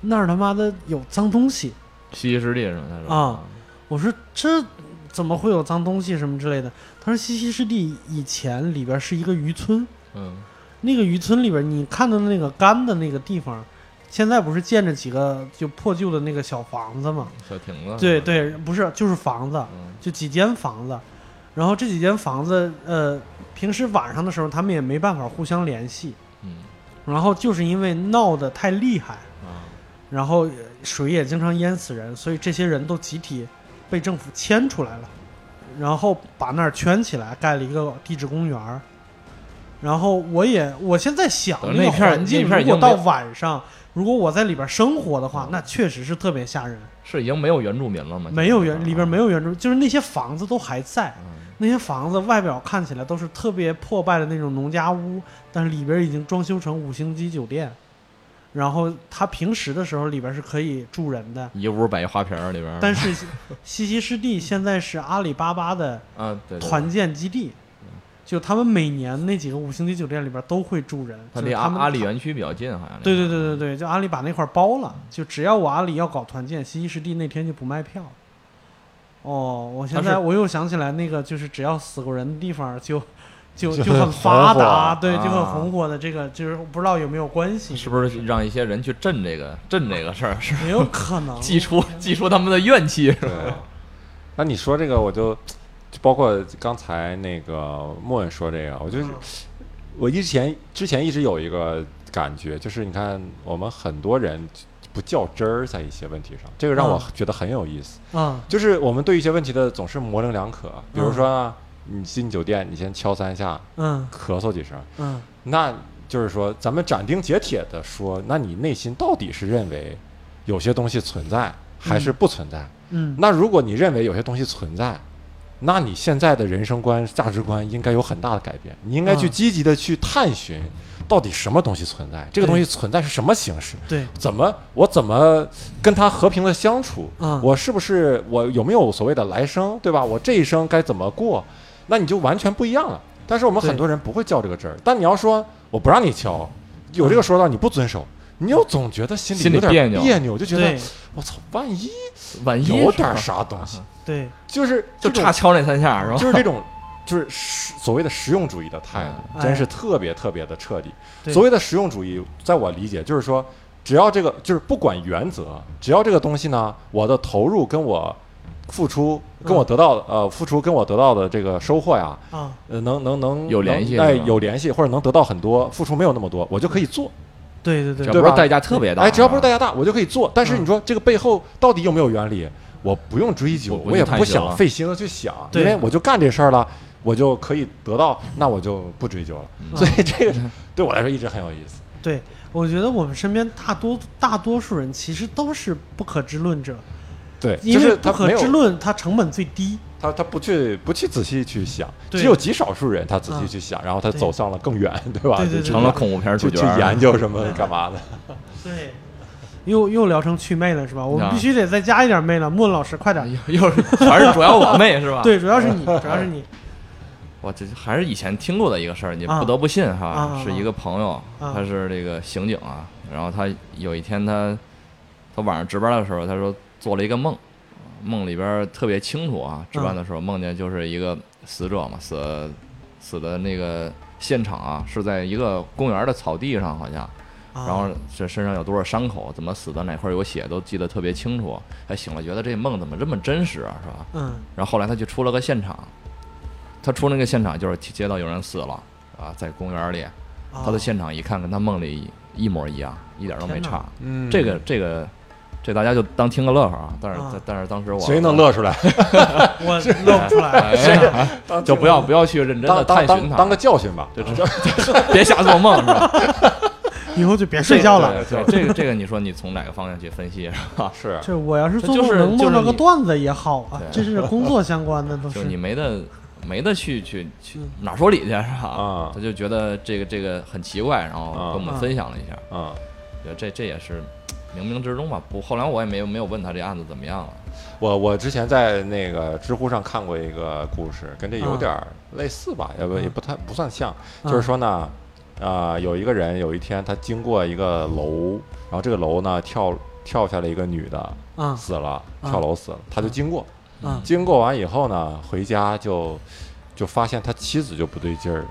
Speaker 1: 那儿他妈的有脏东西。
Speaker 3: 西溪湿地什么的是吧？
Speaker 1: 啊，我说这怎么会有脏东西什么之类的？他说西溪湿地以前里边是一个渔村，
Speaker 3: 嗯，
Speaker 1: 那个渔村里边，你看到的那个干的那个地方，现在不是建着几个就破旧的那个小房子吗？
Speaker 3: 小亭子，
Speaker 1: 对，对，不是，就是房子，
Speaker 3: 嗯
Speaker 1: 就几间房子。然后这几间房子，呃，平时晚上的时候他们也没办法互相联系，
Speaker 3: 嗯
Speaker 1: 然后就是因为闹得太厉害，
Speaker 3: 啊，
Speaker 1: 然后呃水也经常淹死人，所以这些人都集体被政府迁出来了，然后把那儿圈起来，盖了一个地质公园儿。然后我也，我现在想
Speaker 3: 等于
Speaker 1: 那个
Speaker 3: 那片儿
Speaker 1: 环境，
Speaker 3: 那片儿
Speaker 1: 如
Speaker 3: 已经
Speaker 1: 果到
Speaker 3: 没
Speaker 1: 晚上，如果我在里边儿生活的话
Speaker 3: 嗯，
Speaker 1: 那确实是特别吓人。
Speaker 3: 是已经没有原住民了吗？
Speaker 1: 没有原里边没
Speaker 3: 有，
Speaker 1: 有原住，就是那些房子都还在，
Speaker 3: 嗯
Speaker 1: 那些房子外表看起来都是特别破败的那种农家屋，但是里边已经装修成五星级酒店。然后它平时的时候里边是可以住人的，
Speaker 3: 一屋摆一花瓶儿里边儿，
Speaker 1: 但是西溪湿地现在是阿里巴巴的
Speaker 3: 啊，对，嗯对
Speaker 1: 团建基地，就他们每年那几个五星级酒店里边都会住人，
Speaker 3: 它
Speaker 1: 就是
Speaker 3: 离
Speaker 1: 他
Speaker 3: 阿
Speaker 1: 们
Speaker 3: 阿里园区比较近，好像那
Speaker 1: 对对
Speaker 3: 个
Speaker 1: 对对对，就阿里把那块儿包了，就只要我阿里要搞团建，西溪湿地那天就不卖票。哦，我现
Speaker 3: 但
Speaker 1: 在
Speaker 3: 是
Speaker 1: 我又想起来那个，就是只要死过人的地方就就
Speaker 2: 就
Speaker 1: 就很
Speaker 2: 很
Speaker 1: 发
Speaker 2: 红火
Speaker 1: 达，对，就很
Speaker 3: 啊
Speaker 1: 红火的这个，就是不知道有没有关系，
Speaker 3: 是不是让一些人去镇这个镇这个事儿，是
Speaker 1: 也有可 能
Speaker 3: 祭出祭出他们的怨气？
Speaker 2: 对，那你说这个，我就就包括刚才那个莫文说这个，我就是我之前之前一直有一个感觉，就是你看我们很多人不较真儿在一些问题上，这个让我
Speaker 1: 嗯
Speaker 2: 觉得很有意思。
Speaker 1: 啊，
Speaker 2: 就是我们对一些问题的总是模棱两可，比如说呢，你进酒店，你先敲三下，
Speaker 1: 嗯
Speaker 2: 咳嗽几声，
Speaker 1: 嗯
Speaker 2: 那就是说咱们斩钉截铁的说，那你内心到底是认为有些东西存在还是不存在？
Speaker 1: 嗯
Speaker 2: 那如果你认为有些东西存在，那你现在的人生观、价值观应该有很大的改变。你应该去
Speaker 1: 嗯
Speaker 2: 积极的去探寻，到底什么东西存在，这个
Speaker 1: 对
Speaker 2: 东西存在是什么形式，
Speaker 1: 对，
Speaker 2: 怎么我怎么跟他和平的相处，
Speaker 1: 嗯
Speaker 2: 我是不是我有没有所谓的来生，对吧？我这一生该怎么过？那你就完全不一样了。但是我们
Speaker 1: 对
Speaker 2: 很多人不会较这个真儿，但你要说我不让你敲，有这
Speaker 1: 嗯
Speaker 2: 个说道你不遵守，你又总觉得心里
Speaker 3: 心里
Speaker 2: 有点
Speaker 3: 别扭
Speaker 2: 别扭就觉得
Speaker 1: 对
Speaker 2: 我操，万一
Speaker 3: 万一
Speaker 2: 有
Speaker 3: 是
Speaker 2: 点
Speaker 3: 吧
Speaker 2: 啥东西，
Speaker 1: 对
Speaker 2: 就是这
Speaker 3: 就
Speaker 2: 种
Speaker 3: 差敲那三下是吧？
Speaker 2: 就是这种，就是实所谓的实用主义的态度，
Speaker 1: 嗯
Speaker 2: 真是特别特别的彻底。
Speaker 1: 对
Speaker 2: 所谓的实用主义，在我理解就是说，只要这个就是不管原则，只要这个东西呢，我的投入跟我付出跟我得到的呃付出跟我得到的这个收获呀，
Speaker 1: 啊，
Speaker 2: 呃能能能
Speaker 3: 有联系
Speaker 2: 能哎
Speaker 3: 是吧
Speaker 2: 有联系，或者能得到很多，付出没有那么多，我就可以做。
Speaker 1: 对对
Speaker 3: 只
Speaker 1: 对
Speaker 3: 要
Speaker 2: 对
Speaker 3: 不是
Speaker 2: 吧
Speaker 3: 代价特别大，
Speaker 2: 哎，只要不是
Speaker 3: 吧
Speaker 2: 代价大，我就可以做。但
Speaker 3: 嗯
Speaker 2: 是你说这个背后到底有没有原理，我不用追究，
Speaker 3: 我不
Speaker 2: 我也
Speaker 3: 去探
Speaker 2: 不
Speaker 3: 寻
Speaker 2: 想
Speaker 3: 了
Speaker 2: 费心的去想，
Speaker 1: 对
Speaker 2: 因为我就干这事儿了，我就可以得到，那我就不追究了。
Speaker 1: 嗯
Speaker 2: 所以这个是对我来说一直很有意思。
Speaker 1: 对，我觉得我们身边大多大多数人其实都是不可知论者，
Speaker 2: 对，
Speaker 1: 因
Speaker 2: 就
Speaker 1: 为
Speaker 2: 是
Speaker 1: 不
Speaker 2: 他
Speaker 1: 可
Speaker 2: 没
Speaker 1: 知
Speaker 2: 有
Speaker 1: 论它成本最低，
Speaker 2: 他他不去不去仔细去想，
Speaker 1: 对
Speaker 2: 只有极少数人他仔细
Speaker 1: 嗯
Speaker 2: 去想，然后他
Speaker 1: 对
Speaker 2: 走向了更远，对吧？
Speaker 1: 对对
Speaker 2: 就去
Speaker 3: 成了恐怖片主
Speaker 2: 去
Speaker 3: 角
Speaker 2: 去
Speaker 3: 儿，
Speaker 2: 研究什么干 嘛的。
Speaker 1: 对，又又聊成祛魅了是吧？我们
Speaker 3: 啊哎
Speaker 1: 必须得再加一点魅了。莫老师，快点！
Speaker 3: 又又是还是主要我 妹是吧？，
Speaker 1: 对，主要 是你，主要是你
Speaker 3: 我这还是以前听过的一个事儿，你
Speaker 1: 啊
Speaker 3: 不得不信哈，
Speaker 1: 啊啊啊
Speaker 3: 是一个朋友，
Speaker 1: 啊
Speaker 3: 他是这个刑警啊，然后他有一天他他晚上值班的时候，他说做了一个梦，梦里边儿特别清楚啊，值班的时候梦见就是一个死者嘛，死死的那个现场啊是在一个公园的草地上好像。
Speaker 1: 啊。
Speaker 3: 然后这身上有多少伤口，怎么死的，哪块儿有血，都记得特别清楚。还醒了，觉得这梦怎么这么真实啊，是吧？
Speaker 1: 嗯
Speaker 3: 然后后来他去出了个现场，他出那个现场就是接到有人死了，啊，在公园里，
Speaker 1: 啊
Speaker 3: 他到现场一看，跟他梦里一模一样，一点都没
Speaker 1: 天哪
Speaker 3: 差。
Speaker 2: 嗯
Speaker 3: 这个这个，这大家就当听个乐呵啊。但是
Speaker 1: 啊
Speaker 3: 但但是当时我
Speaker 2: 谁能乐出来？
Speaker 1: 我乐不出来，
Speaker 3: 哎 呀哎就不要不要去认真的
Speaker 2: 当当
Speaker 3: 探寻
Speaker 2: 当
Speaker 3: 他，
Speaker 2: 当个教训吧。嗯
Speaker 3: 就 知道别瞎做梦是吧？
Speaker 1: 以后就别睡觉了。
Speaker 3: 对，对这个这个，你说你从哪个方向去分析是吧？
Speaker 2: 是，
Speaker 1: 这我要是做
Speaker 3: 就
Speaker 1: 梦
Speaker 3: 是
Speaker 1: 能
Speaker 3: 就
Speaker 1: 梦
Speaker 3: 是
Speaker 1: 到个
Speaker 3: 你
Speaker 1: 段子也好啊，这
Speaker 3: 对
Speaker 1: 是工作相关的都。
Speaker 3: 就是
Speaker 1: 嗯
Speaker 3: 你 没得没得去去去哪儿说理去是吧
Speaker 2: 嗯啊？
Speaker 3: 他就觉得这个这个很奇怪，然后跟我们
Speaker 1: 啊
Speaker 3: 分享了一下，
Speaker 2: 嗯，
Speaker 3: 觉得这这也是冥冥之中吧。不，后来我也没有没有问他这案子怎么样了。
Speaker 2: 我我之前在那个知乎上看过一个故事，跟这有点儿类似吧，要不也不太不算像，
Speaker 1: 嗯
Speaker 2: 就是说呢，啊，有一个人有一天他经过一个楼，然后这个楼呢跳跳下来一个女的，
Speaker 1: 啊
Speaker 2: 死了，跳楼死了，他就经过，
Speaker 1: 啊
Speaker 2: 经过完以后呢，回家就就发现他妻子就不对劲儿，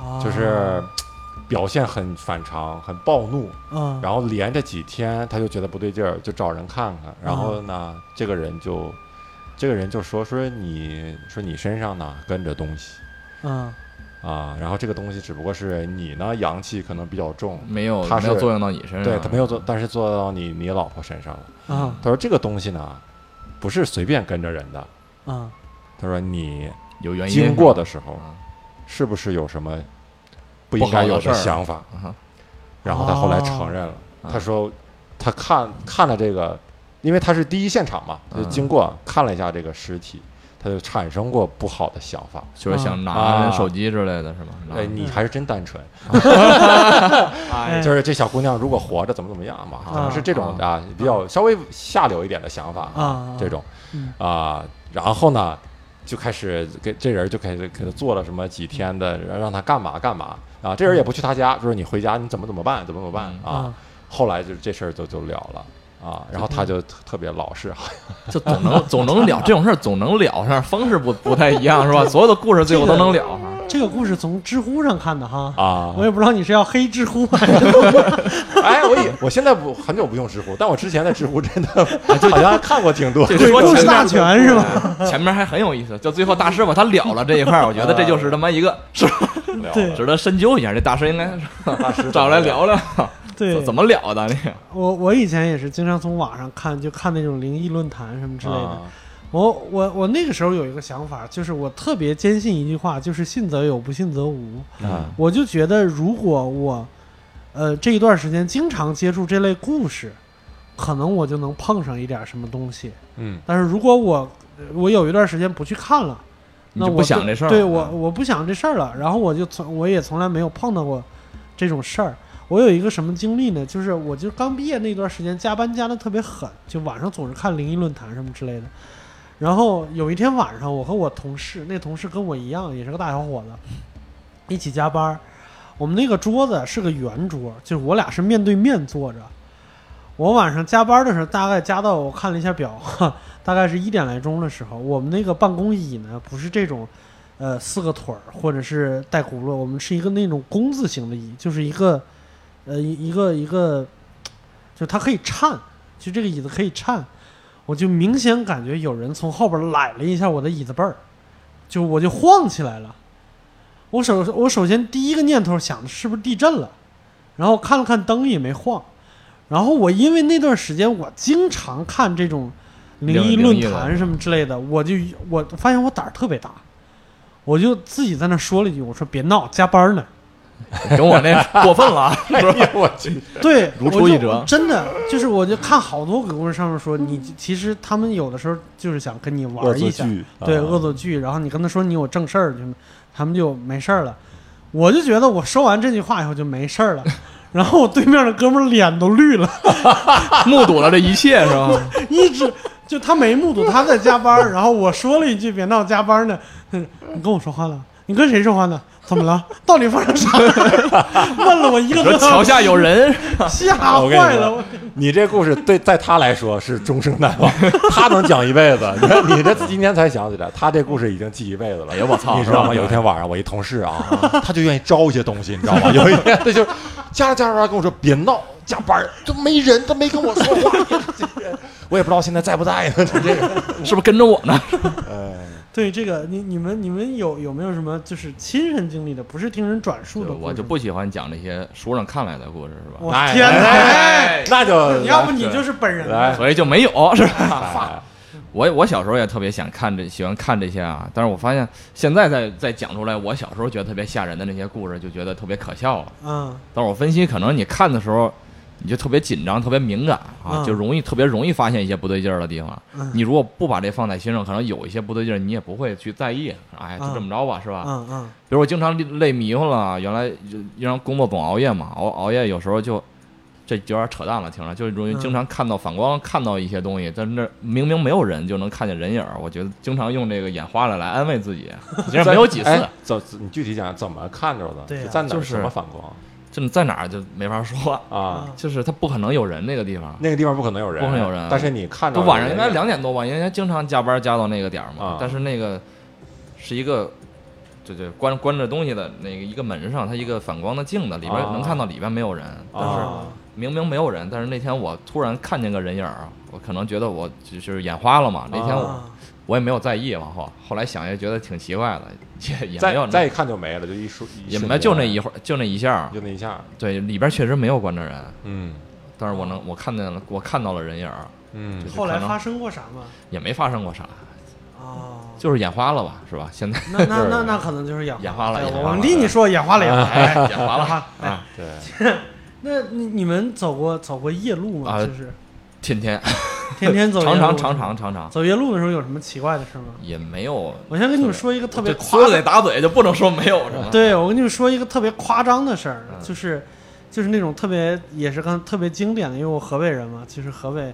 Speaker 3: 嗯
Speaker 1: 啊，
Speaker 2: 就是表现很反常，很暴怒，
Speaker 1: 嗯，
Speaker 2: 然后连着几天他就觉得不对劲儿，就找人看看。然后呢，这个人就，这个人就说说你说你身上呢跟着东西
Speaker 1: 嗯
Speaker 2: 啊，然后这个东西只不过是你呢阳气可能比较重，
Speaker 3: 没有
Speaker 2: 他
Speaker 3: 没有
Speaker 2: 是
Speaker 3: 作用到你身上，
Speaker 2: 对他没有做，但是做到你你老婆身上了。
Speaker 1: 啊
Speaker 2: 他说这个东西呢，不是随便跟着人的。
Speaker 1: 啊
Speaker 2: 他说你
Speaker 3: 有呃原因
Speaker 2: 经过的时候，
Speaker 3: 啊
Speaker 2: 是不是有什么不
Speaker 3: 不
Speaker 2: 应该
Speaker 3: 好的
Speaker 2: 有
Speaker 3: 事儿
Speaker 2: 想法？
Speaker 3: 啊哈
Speaker 2: 然后他后来
Speaker 1: 哦
Speaker 2: 承认了，
Speaker 3: 啊
Speaker 2: 他说他看看了这个，因为他是第一现场嘛，
Speaker 3: 嗯
Speaker 2: 就经过看了一下这个尸体，他就产生过不好的想法。
Speaker 3: 就是想拿
Speaker 2: 啊
Speaker 3: 人手机之类的是吗？拿
Speaker 2: 哎，你还是真单纯，
Speaker 1: 哎
Speaker 2: 就是这小姑娘如果活着怎么怎么样嘛，可能是这种啊比较稍微下流一点的想法
Speaker 1: 啊啊
Speaker 2: 这种
Speaker 1: 嗯
Speaker 2: 啊，然后呢就开始给这人就开始给他做了什么几天的，让他干嘛干嘛啊，这人也不去他家，就是你回家你怎么怎么办，怎么怎么办
Speaker 3: 嗯
Speaker 2: 啊，后来就这事儿就就了了啊，然后他就特特别老实，
Speaker 3: 就总能总能了这种事儿，总能了，但是方式不不太一样是吧？所有的故事最后都能了啊。
Speaker 1: 这个故事从知乎上看的哈，
Speaker 2: 啊
Speaker 1: 我也不知道你是要黑知乎还
Speaker 3: 啊
Speaker 1: 是
Speaker 2: 哎，我以我现在不很久不用知乎，但我之前在知乎真的好像看过挺多。
Speaker 3: 这
Speaker 1: 鬼
Speaker 3: 说
Speaker 1: 故
Speaker 3: 前
Speaker 1: 事大
Speaker 3: 面
Speaker 1: 全是吧？
Speaker 3: 前面还很有意思，就最后大师把他了了这一块儿，我觉得这就是他妈一 个是吧
Speaker 2: 聊
Speaker 1: 对
Speaker 3: 值得深究一下。这大师应该是吧
Speaker 2: 大师
Speaker 3: 找来聊聊，
Speaker 1: 对，
Speaker 3: 怎么了的那个？
Speaker 1: 我我以前也是经常从网上看，就看那种灵异论坛什么之类的。
Speaker 2: 啊
Speaker 1: 我我我那个时候有一个想法，就是我特别坚信一句话，就是信则有，不信则无。
Speaker 2: 嗯
Speaker 1: 我就觉得，如果我，呃，这一段时间经常接触这类故事，可能我就能碰上一点什么东西。
Speaker 2: 嗯
Speaker 1: 但是如果我我有一段时间不去看了，
Speaker 3: 你
Speaker 1: 那
Speaker 3: 就
Speaker 1: 我
Speaker 3: 不想
Speaker 1: 就
Speaker 3: 这事儿了
Speaker 1: 对我我不想这事儿了。然后我就从我也从来没有碰到过这种事儿。我有一个什么经历呢？就是我就刚毕业那段时间加班加的特别狠，就晚上总是看灵异论坛什么之类的。然后有一天晚上，我和我同事，那同事跟我一样，也是个大小伙子，一起加班儿。我们那个桌子是个圆桌，就是我俩是面对面坐着。我晚上加班的时候，大概加到我看了一下表，大概是一点来钟的时候，我们那个办公椅呢，不是这种，呃，四个腿儿或者是带轱辘，我们是一个那种工字形的椅，就是一个，呃，一一个一个，就它可以颤，就这个椅子可以颤，我就明显感觉有人从后边揽了一下我的椅子背儿，就我就晃起来了。我首我首先第一个念头想的是不是地震了，然后看了看灯也没晃，然后我因为那段时间我经常看这种灵异
Speaker 3: 灵
Speaker 1: 论
Speaker 3: 异的
Speaker 1: 坛什么之类的，我就我发现我胆儿特别大，我就自己在那说了一句，我说别闹，加班呢。
Speaker 3: 跟我那过分了啊，
Speaker 2: 哎呀，我去，
Speaker 1: 对，
Speaker 3: 如出
Speaker 1: 我就
Speaker 3: 一辙
Speaker 1: 真的就是，我就看好多鬼故事上面说，你其实他们有的时候就是想跟你玩一下，
Speaker 3: 啊
Speaker 1: 对，恶作剧，然后你跟他说你有正事儿，就他们就没事儿了。我就觉得我说完这句话以后就没事儿了，然后我对面的哥们儿脸都绿了，
Speaker 3: 目睹了这一切是吧？
Speaker 1: 一直就他没目睹他在加班儿，然后我说了一句别闹加班儿呢，嗯你跟我说话了，你跟谁说话呢？怎么了？到底发生啥了？ 问了我一个
Speaker 3: 你
Speaker 1: 多小
Speaker 3: 说桥
Speaker 1: 时，
Speaker 3: 下有人，
Speaker 1: 吓
Speaker 2: 我跟你
Speaker 1: 坏了
Speaker 2: 说
Speaker 1: 我。
Speaker 2: 你这故事对在他来说是终生难忘，他能讲一辈子。你看你这今天才想起来，他这故事已经记一辈子了。
Speaker 3: 哎呀我操
Speaker 2: 你知道
Speaker 3: 是吧
Speaker 2: 吗？有一天晚上，我一同事啊， 他就愿意招一些东西，你知道吗？有一天他就加着加着班跟我说别闹，加班儿都没人，都没跟我说 话。我也不知道现在在不在呢，这这个。
Speaker 3: 是不是跟着我呢？
Speaker 2: 哎
Speaker 1: 对这个，你你们你们有有没有什么就是亲身经历的，不是听人转述的
Speaker 3: 对
Speaker 1: 故事？
Speaker 3: 我就不喜欢讲这些书上看来的故事，是吧？
Speaker 1: 我
Speaker 2: 哎
Speaker 1: 天哪！
Speaker 2: 哎那就
Speaker 1: 要不你就是本人
Speaker 2: 来
Speaker 1: 了
Speaker 3: 哎所以就没有，是吧？
Speaker 2: 哎
Speaker 3: 我我小时候也特别想看这，喜欢看这些啊，但是我发现现在再再讲出来，我小时候觉得特别吓人的那些故事，就觉得特别可笑了。
Speaker 1: 嗯
Speaker 3: 但是我分析，可能你看的时候，你就特别紧张，特别敏感啊，
Speaker 1: 嗯
Speaker 3: 就容易特别容易发现一些不对劲儿的地方。
Speaker 1: 嗯
Speaker 3: 你如果不把这放在心上，可能有一些不对劲儿，你也不会去在意。哎，就这么着吧，是吧？
Speaker 1: 嗯嗯
Speaker 3: 比如我经常累累迷糊了，原来就因为工作总熬夜嘛，熬熬夜有时候就这有点扯淡了，听着就容易
Speaker 1: 嗯
Speaker 3: 经常看到反光，看到一些东西，但是那明明没有人就能看见人影儿，我觉得经常用这个眼花了来安慰自己，其实没有几次
Speaker 2: 哎，怎你具体讲怎么看着的？
Speaker 1: 对啊
Speaker 2: 就在哪
Speaker 3: 就
Speaker 2: 儿
Speaker 3: 是
Speaker 2: 什么反光
Speaker 3: 这在哪儿就没法说，
Speaker 1: 嗯
Speaker 2: 啊？
Speaker 3: 就是它不可能有人那个地方。
Speaker 2: 那个地方不可能有人，
Speaker 3: 不可能有人
Speaker 2: 但是你看
Speaker 3: 就
Speaker 2: 着
Speaker 3: 晚上应该
Speaker 2: 人
Speaker 3: 两点多吧，因为经常加班加到那个点儿嘛
Speaker 2: 啊。
Speaker 3: 但是那个是一个，就就关关着东西的那个一个门上，它一个反光的镜子，里边
Speaker 2: 啊
Speaker 3: 能看到里边没有人，但是
Speaker 2: 啊
Speaker 3: 明明没有人，但是那天我突然看见个人影儿，啊我可能觉得我就是眼花了嘛。那天我
Speaker 1: 啊
Speaker 3: 我也没有在意，往后后来想也觉得挺奇怪的，也也没有
Speaker 2: 再再
Speaker 3: 那
Speaker 2: 一看就没了，就一瞬
Speaker 3: 也
Speaker 2: 瞬
Speaker 3: 没
Speaker 2: 间
Speaker 3: 就那一会儿就那一下儿，
Speaker 2: 就那一下，
Speaker 3: 对，里边确实没有关着人，
Speaker 2: 嗯
Speaker 3: 但是我能我看见了，我看到了人影儿，
Speaker 2: 嗯
Speaker 3: 就，是
Speaker 1: 后来
Speaker 3: 可能
Speaker 1: 发生过啥吗？
Speaker 3: 也没发生过啥，
Speaker 1: 哦，
Speaker 3: 就是眼花了吧，是吧？现在
Speaker 1: 那那那那可能就是眼
Speaker 3: 眼花了
Speaker 1: 对
Speaker 3: 眼花
Speaker 1: 我
Speaker 3: 了
Speaker 1: 们替你说眼花了，眼花了。
Speaker 3: 眼花了啊，
Speaker 2: 对，
Speaker 1: 那你你们走过走过夜路吗？
Speaker 3: 啊
Speaker 1: 就是
Speaker 3: 天天
Speaker 1: 天天走夜路
Speaker 3: 常
Speaker 1: 是吗，
Speaker 3: 常常常常常
Speaker 1: 走夜路的时候有什么奇怪的事吗？
Speaker 3: 也没有，
Speaker 1: 我先跟你们说一个特别
Speaker 3: 这
Speaker 1: 夸嗯
Speaker 3: 说得打嘴就不能说没有什 么，
Speaker 1: 对，我跟你们说一个特别夸张的事儿，
Speaker 3: 嗯
Speaker 1: 就是就是那种特别也是刚特别经典的，因为我河北人嘛，其实河北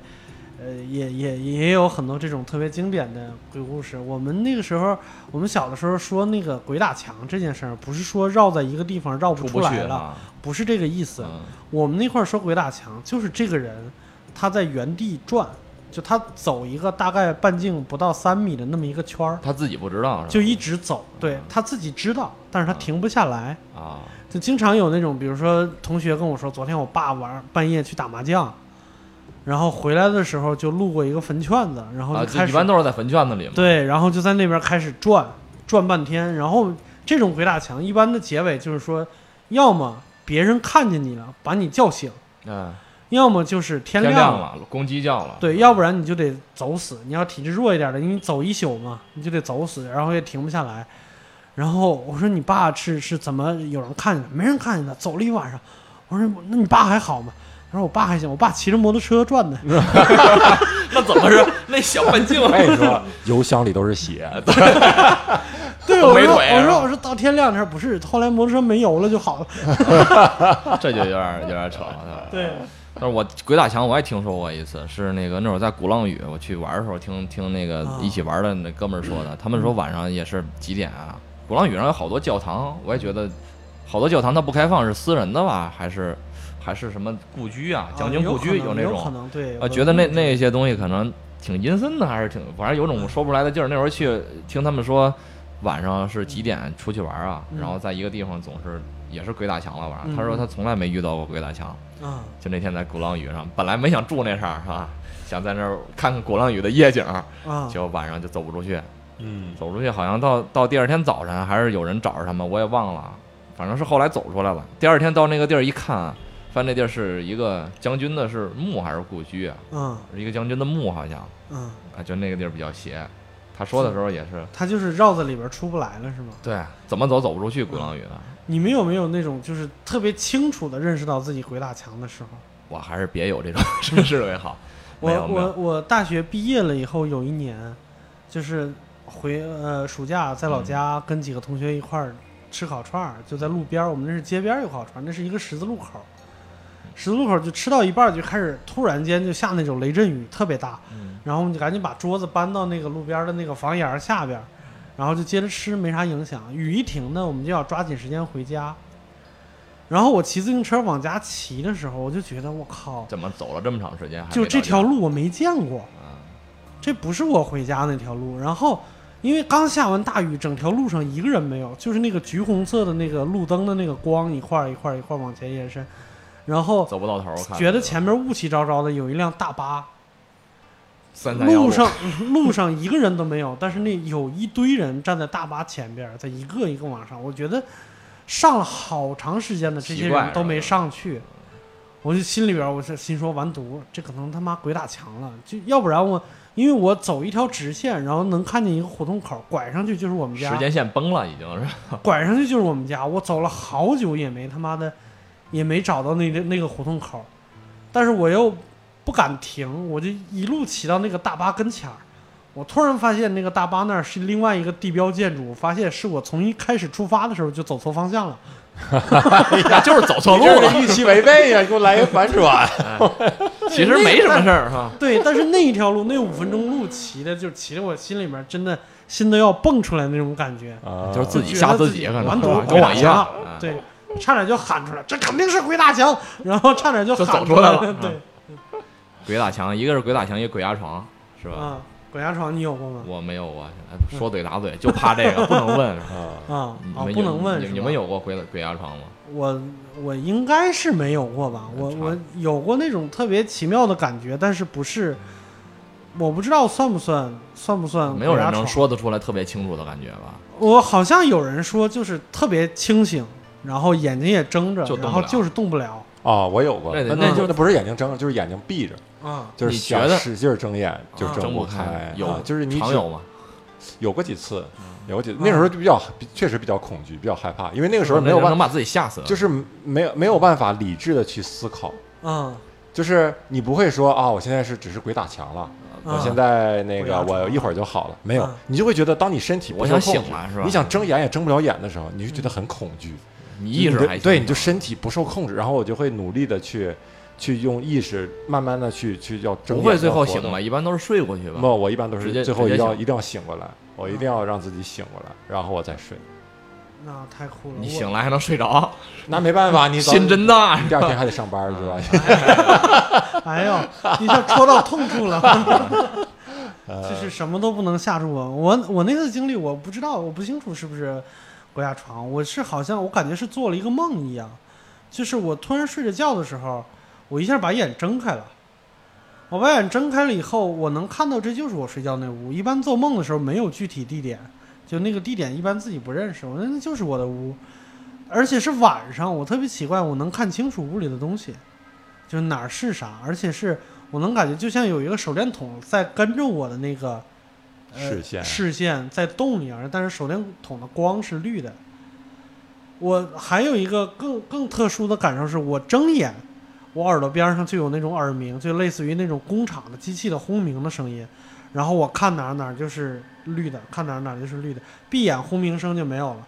Speaker 1: 呃也也也有很多这种特别经典的鬼故事。我们那个时候，我们小的时候说那个鬼打墙这件事儿，不是说绕在一个地方绕不
Speaker 3: 出
Speaker 1: 出
Speaker 3: 不去
Speaker 1: 来了，
Speaker 3: 啊，
Speaker 1: 不是这个意思。
Speaker 3: 嗯
Speaker 1: 我们那块儿说鬼打墙，就是这个人他在原地转，就他走一个大概半径不到三米的那么一个圈儿。
Speaker 3: 他自己不知道是吧？
Speaker 1: 就一直走，对他自己知道，但是
Speaker 3: 嗯
Speaker 1: 他停不下来，
Speaker 3: 啊，
Speaker 1: 就经常有那种，比如说同学跟我说，昨天我爸玩半夜去打麻将，然后回来的时候就路过一个坟圈子，然后
Speaker 3: 啊，
Speaker 1: 就开
Speaker 3: 这一
Speaker 1: 始、
Speaker 3: 般都是在坟圈子里嘛。
Speaker 1: 对，然后就在那边开始转转半天，然后这种鬼打墙一般的结尾就是说，要么别人看见你了把你叫醒，
Speaker 3: 嗯，
Speaker 1: 要么就是天
Speaker 3: 天
Speaker 1: 亮
Speaker 3: 亮了，公鸡叫了。
Speaker 1: 对，要不然你就得走死。你要体质弱一点的，因为你走一宿嘛，你就得走死，然后也停不下来。然后我说你爸是是怎么有人看见的？没人看见他，走了一晚上。我说那你爸还好吗？他说我爸还行，我爸骑着摩托车转的。
Speaker 3: 那怎么是那小 半径
Speaker 1: 哎
Speaker 2: 我跟你说，油箱里都是血，
Speaker 1: 对，我
Speaker 3: 没
Speaker 1: 说
Speaker 3: 腿啊
Speaker 1: 我说我说到天亮他说不是，后来摩托车没油了就好了。
Speaker 3: 这就有点有点扯了。对吧
Speaker 1: 对，
Speaker 3: 但是我鬼打墙我也听说过一次，是那个那会儿在鼓浪屿，我去玩的时候听听那个
Speaker 1: 啊嗯
Speaker 3: 一起玩的那哥们儿说的，他们说晚上也是几点啊？鼓浪屿上有好多教堂，我也觉得好多教堂它不开放是私人的吧，还是还是什么故居啊？蒋经故居
Speaker 1: 有可能
Speaker 3: 那
Speaker 1: 有可
Speaker 3: 种
Speaker 1: 能嗯对，
Speaker 3: 啊，觉得那那些东西可能挺阴森的，还是挺反正有种说不出来的劲儿。那会儿去听他们说，晚上是几点出去玩啊？
Speaker 1: 嗯
Speaker 3: 然后在一个地方总是也是鬼打墙了晚上。
Speaker 1: 嗯
Speaker 3: 他说他从来没遇到过鬼打墙，
Speaker 1: 啊，
Speaker 3: 就那天在鼓浪屿上，本来没想住那儿是吧？想在那儿看看鼓浪屿的夜景，
Speaker 1: 啊
Speaker 3: 结果晚上就走不出去，
Speaker 2: 嗯，
Speaker 3: 走出去好像到到第二天早晨还是有人找着他们，我也忘了，反正是后来走出来了。第二天到那个地儿一看，发现那地儿是一个将军的是墓还是故居啊？
Speaker 1: 嗯
Speaker 3: 是一个将军的墓，好像
Speaker 1: 嗯，
Speaker 3: 啊，就那个地儿比较邪。他说的时候也是，
Speaker 1: 他就是绕在里边出不来了是吗？
Speaker 3: 对，怎么走走不出去鼓浪屿呢？啊
Speaker 1: 你们有没有那种就是特别清楚的认识到自己鬼打墙的时候？
Speaker 3: 我还是别有这种 真是为好。
Speaker 1: 我
Speaker 3: 没有没
Speaker 1: 我
Speaker 3: 有，
Speaker 1: 我大学毕业了以后，有一年，就是回呃暑假在老家
Speaker 3: 嗯
Speaker 1: 跟几个同学一块儿吃烤串儿，就在路边儿，我们那是街边儿有烤串儿，那是一个十字路口儿，十字路口儿就吃到一半儿就开始突然间就下那种雷阵雨，特别大，
Speaker 3: 嗯
Speaker 1: 然后我们就赶紧把桌子搬到那个路边儿的那个房檐儿下边儿，然后就接着吃，没啥影响。雨一停呢，我们就要抓紧时间回家。然后我骑自行车往家骑的时候，我就觉得我靠，
Speaker 3: 怎么走了这么长时间还没
Speaker 1: 就
Speaker 3: 到啊
Speaker 1: 这
Speaker 3: 家
Speaker 1: 条路我没见过。
Speaker 3: 啊？
Speaker 1: 这不是我回家那条路。然后，因为刚下完大雨，整条路上一个人没有，就是那个橘红色的那个路灯的那个光，一块儿一块儿一块儿往前延伸。然后
Speaker 3: 走不到头儿，我看
Speaker 1: 觉得前面雾气昭昭的，有一辆大巴，
Speaker 3: 三三幺五
Speaker 1: 路上路上一个人都没有，但是那有一堆人站在大巴前边儿，在一个一个往上。我觉得上了好长时间的这些
Speaker 3: 奇怪是
Speaker 1: 人
Speaker 3: 吧
Speaker 1: 都没上去，我就心里边儿我是心说完犊，这可能他妈鬼打墙了，就要不然我因为我走一条直线，然后能看见一个胡同口，拐上去就是我们家
Speaker 3: 时，间线崩了，已经是
Speaker 1: 拐上去就是我们家。我走了好久也没他妈的，也没找到那个那个胡同口，但是我又不敢停，我就一路骑到那个大巴跟前儿。我突然发现那个大巴那儿是另外一个地标建筑，我发现是我从一开始出发的时候就走错方向了。
Speaker 3: 就是走错
Speaker 2: 你
Speaker 3: 路
Speaker 2: 这
Speaker 3: 了。
Speaker 2: 是预期违背呀！你给我来一反转。
Speaker 3: 其实没什么事儿哈，
Speaker 1: 对，但是那一条路那五分钟路骑的，就骑的我心里面真的心都要蹦出来那种感觉。
Speaker 2: 啊
Speaker 3: 就是自己
Speaker 1: 觉
Speaker 3: 吓
Speaker 1: 得
Speaker 3: 自
Speaker 1: 自
Speaker 3: 己
Speaker 1: 己
Speaker 3: 可能
Speaker 1: 完犊
Speaker 3: 跟我一样
Speaker 1: 了，对，差点就喊出来，这肯定是鬼打墙，然后差点就
Speaker 3: 就走
Speaker 1: 喊
Speaker 3: 出
Speaker 1: 来
Speaker 3: 来了嗯
Speaker 1: 对，
Speaker 3: 鬼打墙，一个是鬼打墙，一个鬼压床，是吧？
Speaker 1: 啊，鬼压床你有过吗？
Speaker 3: 我没有啊，哎说怼打怼，就怕这个，不能问。是吧
Speaker 2: 啊，
Speaker 1: 啊
Speaker 3: 你
Speaker 1: 啊，
Speaker 3: 们
Speaker 1: 不
Speaker 3: 有
Speaker 1: 能问
Speaker 3: 你
Speaker 1: 是吧
Speaker 3: 你们？有过鬼鬼压床吗？
Speaker 1: 我我应该是没有过吧？我
Speaker 3: 查
Speaker 1: 我有过那种特别奇妙的感觉，但是不是？我不知道算不算算不算
Speaker 3: 没有
Speaker 1: 嗯鬼
Speaker 3: 人
Speaker 1: 压
Speaker 3: 能
Speaker 1: 床
Speaker 3: 说得出来特别清楚的感觉吧？
Speaker 1: 我好像有人说就是特别清醒，然后眼睛也睁着
Speaker 3: 就，动
Speaker 1: 然
Speaker 3: 不
Speaker 1: 后
Speaker 3: 了
Speaker 1: 就是动不了。
Speaker 2: 哦，我有过，
Speaker 3: 那得
Speaker 2: 那
Speaker 1: 那
Speaker 2: 就那不是眼睛睁，就是眼睛闭着，
Speaker 1: 啊，
Speaker 2: 就是
Speaker 3: 你
Speaker 2: 想
Speaker 3: 觉得
Speaker 2: 使劲儿睁眼，就
Speaker 1: 啊
Speaker 3: 睁
Speaker 2: 不
Speaker 3: 开，
Speaker 2: 啊
Speaker 3: 有
Speaker 2: 就是你
Speaker 3: 常
Speaker 2: 只
Speaker 3: 有吗？
Speaker 2: 有过几次，有过几
Speaker 1: 嗯
Speaker 2: 那时候就比较确实比较恐惧，比较害怕，因为那个时候没有
Speaker 3: 那
Speaker 2: 办
Speaker 3: 能把自己吓死了。
Speaker 2: 就是没有没有办法理智的去思考，
Speaker 1: 嗯，
Speaker 2: 就是你不会说啊，我现在是只是鬼打墙了，
Speaker 3: 嗯
Speaker 2: 我
Speaker 1: 啊
Speaker 2: 现在那
Speaker 1: 鬼
Speaker 2: 个
Speaker 1: 压床
Speaker 2: 我一会儿就好了，没有
Speaker 1: 嗯，
Speaker 2: 你就会觉得当你身体不
Speaker 3: 我想
Speaker 2: 受控
Speaker 3: 醒
Speaker 2: 制
Speaker 3: 了是吧
Speaker 2: 你想睁眼也睁不了眼的时候，你就觉得很恐惧，
Speaker 3: 你意识
Speaker 2: 你的
Speaker 3: 还行啊
Speaker 2: 对，你就身体不受控制，然后我就会努力的去去用意识慢慢的去去要睁眼，
Speaker 3: 不会最后
Speaker 2: 要活
Speaker 3: 醒
Speaker 2: 动
Speaker 3: 吧？？一般都是睡过去吧
Speaker 2: 不，？我一般都
Speaker 3: 直接
Speaker 2: 是最后一定要
Speaker 3: 直接醒嗯
Speaker 2: 一定要醒过来，我一定要让自己醒过来，然后我再睡。
Speaker 1: 那太酷了。
Speaker 3: 你
Speaker 1: 我
Speaker 3: 醒来还能睡着，
Speaker 2: 那没办法，你早
Speaker 3: 心 真大。嗯
Speaker 2: 你第二天还得上班是吧？
Speaker 1: 哎呦，一下戳到痛处 了，
Speaker 3: 嗯
Speaker 2: 呃
Speaker 1: 就是什么都不能吓住我。我我那次经历，我不知道，我不清楚是不是鬼压床，我是好像我感觉是做了一个梦一样，就是我突然睡着觉的时候，我一下把眼睁开了。我把眼睁开了以后，我能看到这就是我睡觉那屋。一般做梦的时候没有具体地点，就那个地点一般自己不认识，我说那就是我的屋，而且是晚上，我特别奇怪，我能看清楚屋里的东西。就哪儿是啥，而且是我能感觉就像有一个手电筒在跟着我的那个、呃、
Speaker 2: 视线
Speaker 1: 视线在动一样，但是手电筒的光是绿的。我还有一个更更特殊的感受是，我睁眼，我耳朵边上就有那种耳鸣，就类似于那种工厂的机器的轰鸣的声音。然后我看哪儿哪儿就是绿的，看哪儿哪儿就是绿的，闭眼轰鸣声就没有了，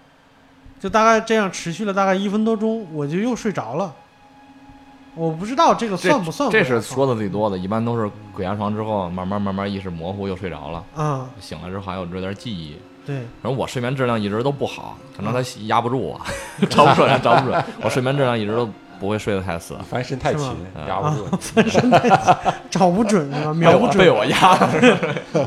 Speaker 1: 就大概这样持续了大概一分多钟，我就又睡着了。我不知道这个算不算
Speaker 3: 这
Speaker 1: 鬼压
Speaker 3: 是
Speaker 1: 床
Speaker 3: 说的最多的，一般都是鬼压床之后，慢慢慢慢意识模糊又睡着了，
Speaker 1: 啊、
Speaker 3: 醒了之后还有这点记忆。
Speaker 1: 对，
Speaker 3: 然后我睡眠质量一直都不好，可能他压不住我， 找不准，找不准。我睡眠质量一直都不会睡得太死，
Speaker 2: 翻身太勤
Speaker 1: 是，
Speaker 3: 吗嗯
Speaker 2: 压不住。
Speaker 1: 找不准是吧？ 瞄不
Speaker 3: 被
Speaker 1: 准。
Speaker 3: 我压 了。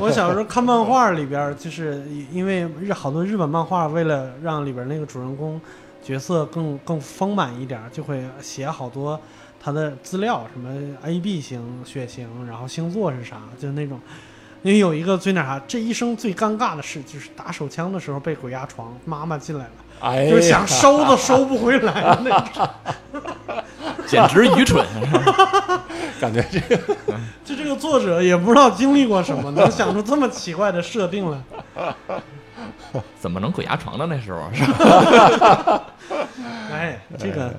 Speaker 1: 我小时候看漫画里边儿，就是因为日好多日本漫画为了让里边儿那个主人公角色更更丰满一点儿，就会写好多他的资料，什么 A B 型、血型，然后星座是啥，就是那种。因为有一个最那啥，这一生最尴尬的事就是打手枪的时候被鬼压床，妈妈进来了，
Speaker 2: 哎 呀，
Speaker 1: 就是想收都收不回来的那种。
Speaker 3: 简直愚蠢。
Speaker 2: 感觉这个
Speaker 1: 就这个作者也不知道经历过什么，能想出这么奇怪的设定来。
Speaker 3: 怎么能鬼压床呢？那时候是吧
Speaker 1: 哎，这个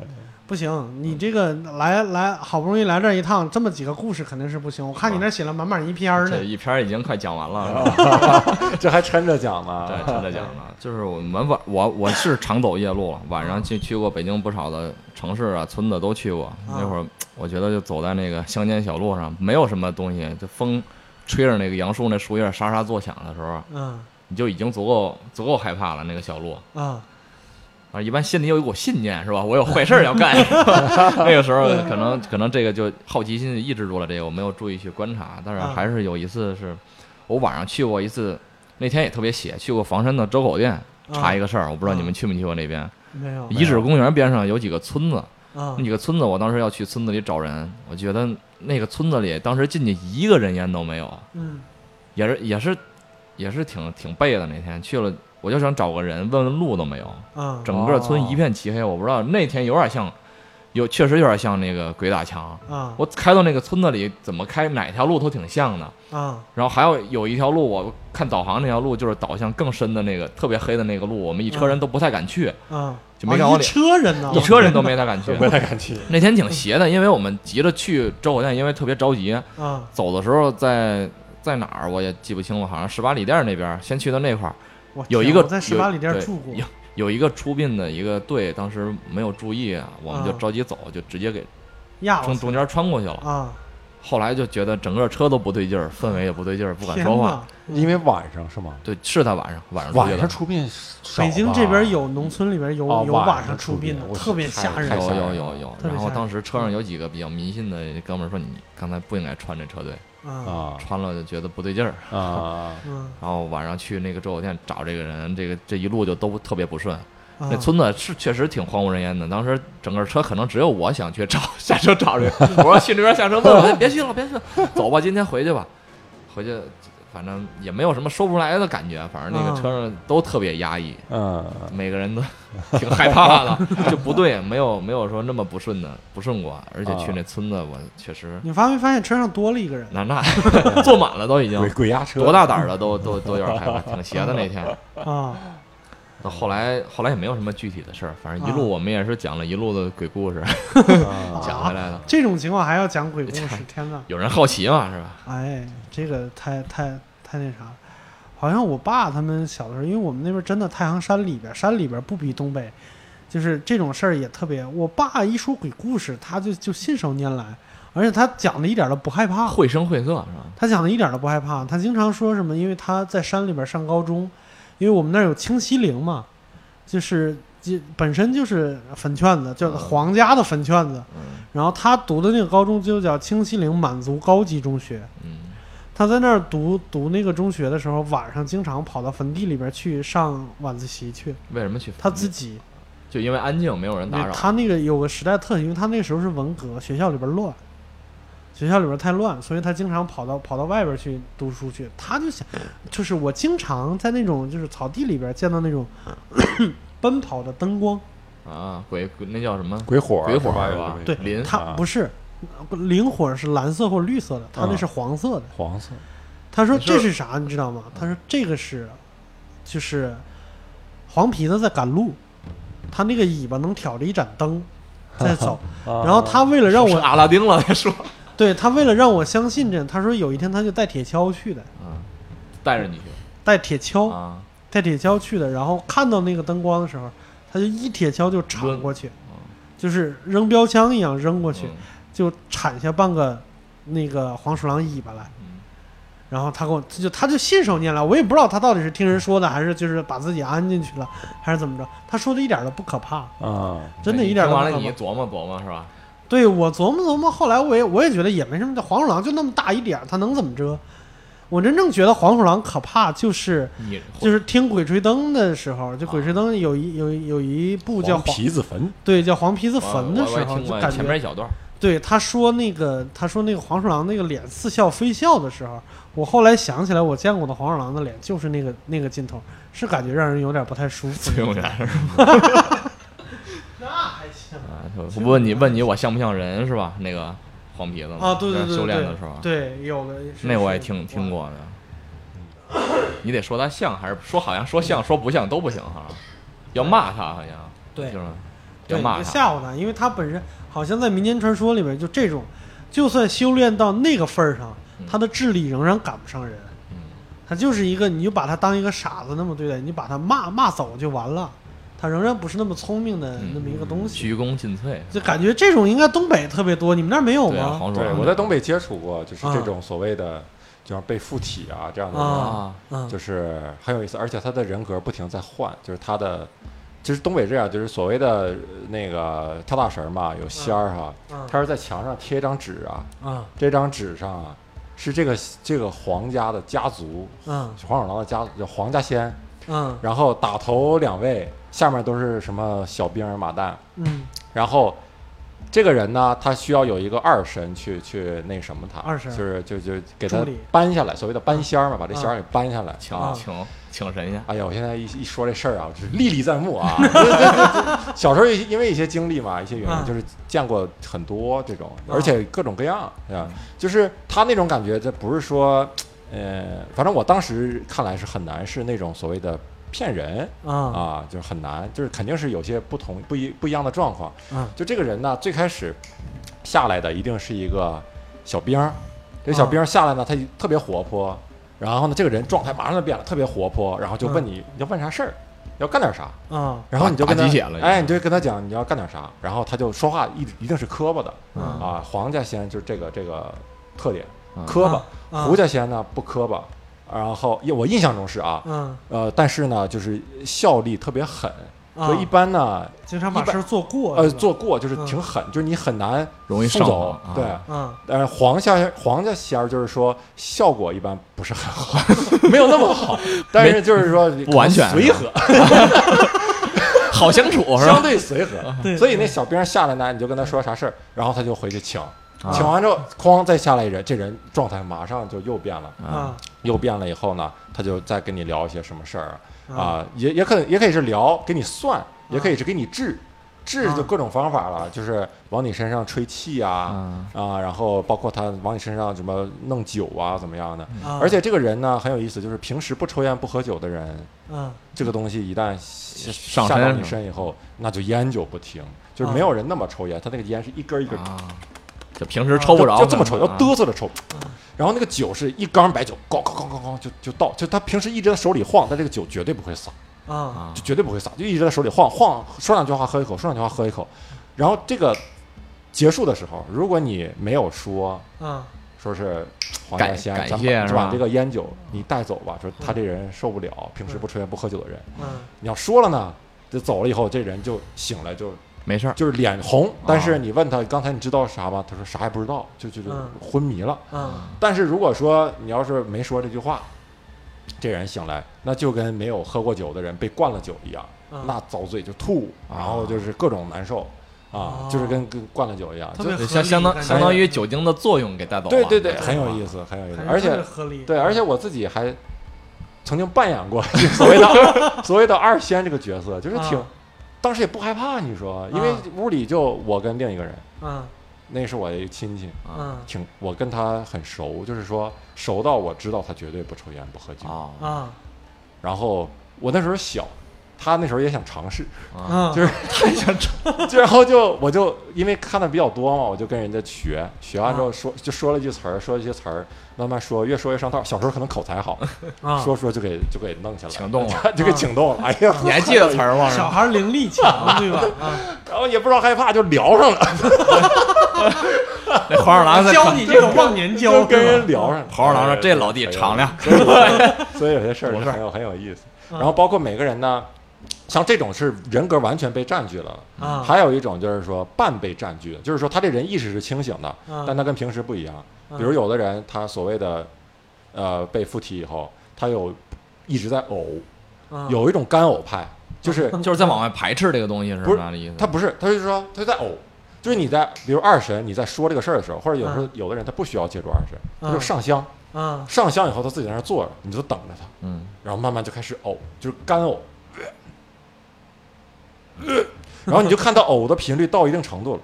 Speaker 1: 不行，你这个来来，好不容易来这儿一趟，这么几个故事肯定是不行。我看你那写了满满一篇儿呢
Speaker 3: 这。一篇已经快讲完 了，是吧
Speaker 2: 这还抻着讲
Speaker 3: 对，
Speaker 2: 呢。
Speaker 3: 真的讲了。就是我们晚我我是常走夜路了，晚上去去过北京不少的城市啊、村子都去过。那会儿我觉得就走在那个乡间小路上，没有什么东西，就风吹着那个杨树那树叶沙沙作响的时候，
Speaker 1: 嗯
Speaker 3: 你就已经足够足够害怕了。那个小路
Speaker 1: 啊，
Speaker 3: 啊，一般心里有一股信念是吧？我有坏事儿要干。 那个时候可能可能这个就好奇心就抑制住了这个，我没有注意去观察。但是
Speaker 1: 嗯
Speaker 3: 还是有一次是，我晚上去过一次，那天也特别邪，去过房山的周口店查一个事儿，我不知道你们去没去过那边。
Speaker 1: 嗯没有
Speaker 3: 遗址公园边上有几个村子，
Speaker 1: 啊
Speaker 3: 那几个村子，我当时要去村子里找人，我觉得那个村子里当时进去一个人烟都没有，
Speaker 1: 嗯
Speaker 3: 也是也是也是挺挺背的。那天去了，我就想找个人问问路都没有，
Speaker 1: 啊
Speaker 3: 整个村
Speaker 2: 哦
Speaker 3: 一片漆黑。我不知道那天有点像，有确实有点像那个鬼打墙。
Speaker 1: 啊
Speaker 3: 我开到那个村子里，怎么开哪条路都挺像的。
Speaker 1: 啊
Speaker 3: 然后还有有一条路，我看导航那条路就是导向更深的那个特别黑的那个路，我们一车人都不太敢去，
Speaker 1: 啊！
Speaker 3: 就没
Speaker 1: 啊
Speaker 3: 敢往
Speaker 1: 一
Speaker 3: 里
Speaker 1: 车人呢，
Speaker 3: 一车人都没太敢 去。
Speaker 2: 不太敢去。
Speaker 3: 那天挺邪的，因为我们急着去周口店，因为特别着急，
Speaker 1: 啊！
Speaker 3: 走的时候在在哪儿我也记不清了，好像十八里店那边先去的那块儿，
Speaker 1: 我
Speaker 3: 有
Speaker 1: 天啊
Speaker 3: 一个
Speaker 1: 我在十
Speaker 3: 有
Speaker 1: 八里店
Speaker 3: 对
Speaker 1: 住过
Speaker 3: 有有一个出殡的一个队，当时没有注意啊，我们就
Speaker 1: 啊
Speaker 3: 着急走，就直接给
Speaker 1: 呀
Speaker 3: 从中间穿过去了。
Speaker 1: 啊，
Speaker 3: 后来就觉得整个车都不对劲儿，氛围也不对劲儿，不敢
Speaker 1: 天
Speaker 3: 说话。
Speaker 1: 哪！
Speaker 2: 因为晚上是吗？
Speaker 3: 对，是他晚上晚上出去
Speaker 2: 晚
Speaker 3: 的
Speaker 2: 上。出殡少吧
Speaker 1: 北京这边有农村里边有
Speaker 2: 哦
Speaker 1: 有
Speaker 2: 晚
Speaker 1: 晚
Speaker 2: 上
Speaker 1: 上
Speaker 2: 出
Speaker 1: 出殡
Speaker 2: 殡
Speaker 1: 的，
Speaker 2: 我
Speaker 1: 特别
Speaker 2: 太
Speaker 1: 吓人
Speaker 2: 太
Speaker 1: 的。
Speaker 2: 吓
Speaker 3: 有
Speaker 2: 人
Speaker 3: 有
Speaker 2: 了啊
Speaker 3: 有有，
Speaker 1: 特别
Speaker 3: 然后
Speaker 1: 吓
Speaker 3: 当
Speaker 1: 人嗯
Speaker 3: 时车上有几个比较迷信的哥们儿说：“你刚才不应该穿这车队，
Speaker 1: 啊
Speaker 2: 啊
Speaker 3: 穿了就觉得不对劲儿。
Speaker 2: 啊
Speaker 1: 嗯”
Speaker 3: 然后晚上去那个周口店找这个人，这个这一路就都特别不顺。
Speaker 1: 啊
Speaker 3: 那村子是确实挺荒无人烟的，当时整个车可能只有我想去找 下车找人，我说去那边下车问问，哎别去了别去了，走吧，今天回去吧，回去反正也没有什么说不出来的感觉，反正那
Speaker 1: 啊
Speaker 3: 个车上都特别压抑，
Speaker 2: 嗯，
Speaker 3: 每个人都 挺害怕的，就不对，没有没有说那么不顺的，不顺过。而且去那村子，我确实
Speaker 1: 你发没发现车上多了一个人？
Speaker 3: 那那 坐满了都已经
Speaker 2: 鬼，鬼压车
Speaker 3: 多大胆儿的都都都有点害怕，挺邪的那天。
Speaker 1: 啊
Speaker 3: 到后来后来也没有什么具体的事儿，反正一
Speaker 1: 啊
Speaker 3: 路我们也是讲了一路的鬼故事，
Speaker 2: 啊
Speaker 3: 讲回来的。
Speaker 1: 这种情况还要讲鬼故 事，天哪！
Speaker 3: 有人好奇嘛，是吧？
Speaker 1: 哎，这个太太太那啥了。好像我爸他们小的时候，因为我们那边真的太行山里边，山里边不比东北，就是这种事儿也特别。我爸一说鬼故事，他就就信手拈来，而且他讲的一点儿都不害怕，
Speaker 3: 绘声绘色是吧？
Speaker 1: 他讲的一点儿都不害怕。他经常说什么，因为他在山里边上高中，因为我们那儿有清溪陵嘛，就是就本身就是坟圈子，就是
Speaker 3: 嗯
Speaker 1: 皇家的坟圈子。
Speaker 3: 嗯
Speaker 1: 然后他读的那个高中就叫清溪陵满族高级中学。
Speaker 3: 嗯
Speaker 1: 他在那儿读读那个中学的时候，晚上经常跑到坟地里边去上晚自习去。
Speaker 3: 为什么去？
Speaker 1: 他自己，
Speaker 3: 就因为安静，没有人打扰。
Speaker 1: 他那个有个时代特性，因为他那个时候是文革，学校里边乱，学校里边太乱，所以他经常跑到跑到外边去读书去。他就想，就是我经常在那种就是草地里边见到那种 奔跑的灯光，
Speaker 3: 啊，鬼鬼那叫什么？
Speaker 2: 鬼火
Speaker 3: 鬼火
Speaker 2: 是吧？
Speaker 3: 是
Speaker 2: 有
Speaker 3: 吧
Speaker 2: 这么一
Speaker 1: 对
Speaker 2: 个
Speaker 3: 林
Speaker 1: 他
Speaker 2: 啊
Speaker 1: 不是灵火是蓝色或绿色的，他那
Speaker 2: 啊
Speaker 1: 是黄色的。
Speaker 2: 黄色
Speaker 1: 他说
Speaker 3: 你是
Speaker 1: 这是啥，你知道吗？他说这个是，就是黄皮子在赶路，他那个尾巴能挑着一盏 灯在走。然后他为了让
Speaker 3: 啊是啊
Speaker 1: 我
Speaker 3: 阿拉丁了，再说。
Speaker 1: 对他为了让我相信这，他说有一天他就带铁锹去的，
Speaker 3: 嗯，带着你去
Speaker 1: 带铁锹
Speaker 3: 啊，
Speaker 1: 带铁锹去的，然后看到那个灯光的时候，他就一铁锹就铲过去，就是扔标枪一样扔过去，
Speaker 3: 嗯
Speaker 1: 就铲下半个那个黄鼠狼尾巴来。
Speaker 3: 嗯
Speaker 1: 然后他跟我，他就他就信手拈来，我也不知道他到底是听人说的，还是就是把自己安进去了，还是怎么着？他说的一点都不可怕，
Speaker 2: 啊，
Speaker 1: 真的
Speaker 3: 哎
Speaker 1: 一点都
Speaker 3: 听
Speaker 1: 不
Speaker 3: 完
Speaker 1: 可
Speaker 3: 了，
Speaker 1: 怕。
Speaker 3: 你琢磨琢磨是吧？
Speaker 1: 对我琢磨琢磨，后来我也我也觉得也没什么，这黄鼠狼就那么大一点儿，它能怎么着？我真正觉得黄鼠狼可怕，就是
Speaker 3: 你
Speaker 1: 就是听《鬼吹灯》的时候，就《
Speaker 3: 啊
Speaker 1: 鬼吹灯》有一有一有一部叫
Speaker 2: 黄
Speaker 1: 黄
Speaker 2: 皮子坟
Speaker 1: 对叫黄皮子
Speaker 3: 我
Speaker 1: 坟的
Speaker 3: 我我
Speaker 1: 时
Speaker 3: 也
Speaker 1: 候，
Speaker 3: 听
Speaker 1: 就
Speaker 3: 过
Speaker 1: 感
Speaker 3: 前
Speaker 1: 觉
Speaker 3: 面一小段儿，
Speaker 1: 对，他说那个，他说那个黄鼠狼那个脸似笑非笑的时候，我后来想起来，我见过的黄鼠狼的脸就是那个那个劲头，是感觉让人有点不太舒服。
Speaker 3: 崔永 元是吧？
Speaker 1: 那还行
Speaker 3: 啊我问你问你我像不像人是吧？那个黄皮子嘛
Speaker 1: 啊，对对对对，
Speaker 3: 嗯修炼的时候，啊
Speaker 1: 对，有的是
Speaker 3: 那我也
Speaker 1: 是
Speaker 3: 听听过的。你得说他像还是说好像说像说不像都不行哈，要骂他好像
Speaker 1: 对
Speaker 3: 就是要
Speaker 1: 对，
Speaker 3: 骂
Speaker 1: 就
Speaker 3: 他。
Speaker 1: 吓唬他，因为他本身好像在民间传说里面，就这种，就算修炼到那个份儿上，
Speaker 3: 嗯
Speaker 1: 他的智力仍然赶不上人。他就是一个，你就把他当一个傻子那么对待，你把他骂骂走就完了，他仍然不是那么聪明的
Speaker 3: 嗯
Speaker 1: 那么一个东西。
Speaker 3: 鞠躬尽瘁，
Speaker 1: 就感觉这种应该东北特别多，你们那儿没有
Speaker 3: 对啊，
Speaker 1: 吗？
Speaker 3: 黄鼠
Speaker 2: 对
Speaker 3: 狼。
Speaker 2: 我在东北接触过，就是
Speaker 1: 啊
Speaker 2: 这种所谓的，就像被附体啊这样的人，
Speaker 1: 啊
Speaker 3: 啊，
Speaker 1: 嗯
Speaker 2: 就是很有意思，而且他的人格不停在换，就是他的，就是东北这样，就是所谓的呃那个跳大神嘛，有仙儿哈，
Speaker 1: 嗯
Speaker 2: 他是在墙上贴一张纸啊，
Speaker 1: 嗯
Speaker 2: 这张纸上啊是这个这个皇家的家族，
Speaker 1: 嗯
Speaker 2: 黄鼠狼的家族叫黄家仙，
Speaker 1: 嗯
Speaker 2: 然后打头两位下面都是什么小兵儿马旦，
Speaker 1: 嗯
Speaker 2: 然后这个人呢，他需要有一个二神去去那什么他，
Speaker 1: 二神
Speaker 2: 就是就就给他
Speaker 1: 助理
Speaker 2: 搬下来，所谓的搬仙儿嘛，把这
Speaker 1: 啊
Speaker 2: 仙儿给搬下来。
Speaker 3: 请
Speaker 2: 啊
Speaker 3: 请请神仙，
Speaker 2: 哎呀，我现在一一说这事儿啊，我就是历历在目啊。 这这这小时候因为一些经历嘛，一些原
Speaker 1: 啊
Speaker 2: 因，就是见过很多这种，
Speaker 1: 啊
Speaker 2: 而且各种各样，对吧？就是他那种感觉，这不是说，呃，反正我当时看来是很难是那种所谓的骗人
Speaker 1: 啊
Speaker 2: 啊，就是很难，就是肯定是有些不同不一不一样的状况。
Speaker 1: 啊
Speaker 2: 就这个人呢，最开始下来的一定是一个小兵儿，这小兵儿下来呢，他就特别活泼，然后呢，这个人状态马上就变了，特别活泼，然后就问你、你要办啥事儿，要干点啥，
Speaker 1: 啊
Speaker 2: 嗯然后你就跟
Speaker 3: 打
Speaker 2: 他
Speaker 3: 鸡血了
Speaker 2: 哎，
Speaker 3: 已经
Speaker 2: 你就跟他讲你要干点啥，然后他就说话一一定是磕巴的、
Speaker 1: 嗯
Speaker 2: 啊，黄家仙就是这个这个特点，
Speaker 3: 嗯
Speaker 2: 磕巴，
Speaker 1: 啊
Speaker 2: 胡家仙呢不磕巴，然后我印象中是啊，
Speaker 1: 嗯，
Speaker 2: 呃，但是呢就是效力特别狠，
Speaker 1: 啊
Speaker 2: 所以一般呢
Speaker 1: 经常把
Speaker 2: 一般
Speaker 1: 事儿做过
Speaker 2: 呃，
Speaker 1: 是吧
Speaker 2: 做过就是
Speaker 1: 嗯
Speaker 2: 挺狠，就是你很难
Speaker 3: 容易
Speaker 2: 送
Speaker 3: 上
Speaker 2: 走
Speaker 3: 火。啊
Speaker 2: 对，
Speaker 1: 嗯
Speaker 2: 但是黄虾黄家仙儿就是说效果一般不是很好， 没有那么 好，但是就是说
Speaker 3: 不完全
Speaker 2: 随和，
Speaker 3: 好相处是
Speaker 2: 相
Speaker 3: 吧？
Speaker 2: 对 随
Speaker 1: 对
Speaker 3: 啊
Speaker 2: 和。所以那小兵下来呢，你就跟他说啥事儿，然后他就回去请，
Speaker 3: 啊
Speaker 2: 请完之后，哐再下来一人，这人状态马上就又变了，
Speaker 1: 啊
Speaker 2: 又变了以后呢，他就再跟你聊一些什么事儿
Speaker 1: 啊
Speaker 2: 啊，也也可能也可以是聊，给你算，也可以是给你治，治就各种方法了，就是往你身上吹气啊
Speaker 3: 啊，
Speaker 2: 啊，然后包括他往你身上什么弄酒啊，怎么样的。
Speaker 1: 啊，
Speaker 2: 而且这个人呢很有意思，就是平时不抽烟不喝酒的人，
Speaker 1: 嗯
Speaker 2: 这个东西一旦下
Speaker 3: 上
Speaker 2: 下到
Speaker 3: 身
Speaker 2: 你
Speaker 3: 是吧
Speaker 2: 身以后，那就烟酒不停，就是没有人那么抽烟，他那个烟是一根一根
Speaker 3: 啊，就平时抽
Speaker 2: 就
Speaker 3: 不着，
Speaker 2: 就这么抽，要
Speaker 3: 啊
Speaker 2: 嘚瑟着抽。然后那个酒是一缸白酒，咣咣咣咣咣就就倒，就他平时一直在手里晃，但这个酒绝对不会洒，
Speaker 1: 啊
Speaker 3: 啊
Speaker 2: 就绝对不会洒，就一直在手里晃晃，说两句话喝一口，说两句话喝一口。然后这个结束的时候，如果你没有说
Speaker 1: 啊
Speaker 2: 说是黄
Speaker 3: 感
Speaker 2: 家仙，
Speaker 3: 感
Speaker 2: 咱
Speaker 3: 谢
Speaker 2: 把
Speaker 3: 是
Speaker 2: 就把
Speaker 3: 吧
Speaker 2: 这个烟酒你带走吧，说他这人受不了，平时不抽烟不喝酒的人，
Speaker 1: 嗯
Speaker 2: 你要说了呢，就走了以后，这人就醒了就
Speaker 3: 没事儿，
Speaker 2: 就是脸红，但
Speaker 3: 啊
Speaker 2: 是你问他刚才你知道啥吗？他说啥也不知道，就就就
Speaker 1: 嗯
Speaker 2: 昏迷了。
Speaker 1: 嗯
Speaker 2: 但是如果说你要是没说这句话，这人醒来，那就跟没有喝过酒的人被灌了酒一样，
Speaker 1: 嗯
Speaker 2: 那遭罪就吐，
Speaker 3: 啊
Speaker 2: 然后就是各种难受
Speaker 1: 哦
Speaker 2: 啊，就是跟跟灌了酒一样。
Speaker 1: 特
Speaker 2: 就
Speaker 1: 别合理
Speaker 3: 相相当
Speaker 1: 感觉
Speaker 3: 相当于酒精的作用给带走了。
Speaker 2: 对对对，
Speaker 1: 对
Speaker 2: 很有意思，很有意思
Speaker 1: 啊感。觉
Speaker 2: 而
Speaker 1: 特
Speaker 2: 且
Speaker 1: 别嗯合理
Speaker 2: 对，而且我自己还曾经扮 演过所谓的二所谓的二仙这个角色，就是挺
Speaker 1: 啊
Speaker 2: 当时也不害怕，你说，因为
Speaker 1: 啊
Speaker 2: 屋里就我跟另一个人，
Speaker 1: 嗯
Speaker 2: 那是我的一个亲戚。
Speaker 3: 啊
Speaker 1: 嗯
Speaker 2: 挺，我跟他很熟，就是说熟到我知道他绝对不抽烟不喝酒。
Speaker 3: 啊
Speaker 1: 啊
Speaker 2: 然后我那时候小，他那时候也想尝试，
Speaker 1: 啊
Speaker 3: 啊！
Speaker 2: 就是 他也想尝，就然后就我就因为看的比较多嘛，我就跟人家学，学完之后说就说了一句词儿，说了一些词儿，慢慢说，越说越上道。小时候可能口才好，
Speaker 1: 啊，
Speaker 2: 说说就给就给弄下来，
Speaker 3: 请动 了
Speaker 2: 就给请动了。哎呀，
Speaker 3: 你还记得词儿 吗？
Speaker 1: 小孩儿灵力强对 吧？啊，
Speaker 2: 然后也不知道害怕，就聊上了，
Speaker 3: 那黄鼠狼在
Speaker 1: 教你这个忘年交
Speaker 2: 就
Speaker 1: 对
Speaker 2: 跟
Speaker 1: 吧
Speaker 2: 人聊上了。哎
Speaker 3: 黄鼠狼说：“这老弟敞亮，
Speaker 2: 所以有些事儿
Speaker 3: 懂
Speaker 2: 是
Speaker 3: 事儿
Speaker 2: 很有很有意思。
Speaker 1: 嗯
Speaker 2: 然后包括每个人呢，像这种是人格完全被占据了，
Speaker 1: 啊
Speaker 2: 还有一种就是说半被占据的，就是说他这人意识是清醒的，
Speaker 1: 嗯
Speaker 2: 但他跟平时不一样。
Speaker 1: 嗯
Speaker 2: 比如有的人他所谓的呃被附体以后，他有一直在呕，
Speaker 1: 嗯
Speaker 2: 有一种干呕派， 就是
Speaker 3: 就是在往外排斥这个东西，是
Speaker 2: 不是
Speaker 3: 吧？那意思
Speaker 2: 他不是，他就是说他在呕。就是你在，比如二神，你在说这个事儿的时候，或者有时候有的人他不需要借助二神，他就
Speaker 1: 嗯
Speaker 2: 上香，
Speaker 1: 啊
Speaker 2: 上香以后他自己在那儿坐着，你就等着他，
Speaker 3: 嗯，
Speaker 2: 然后慢慢就开始呕，就是干呕，然后你就看到呕的频率到一定程度了，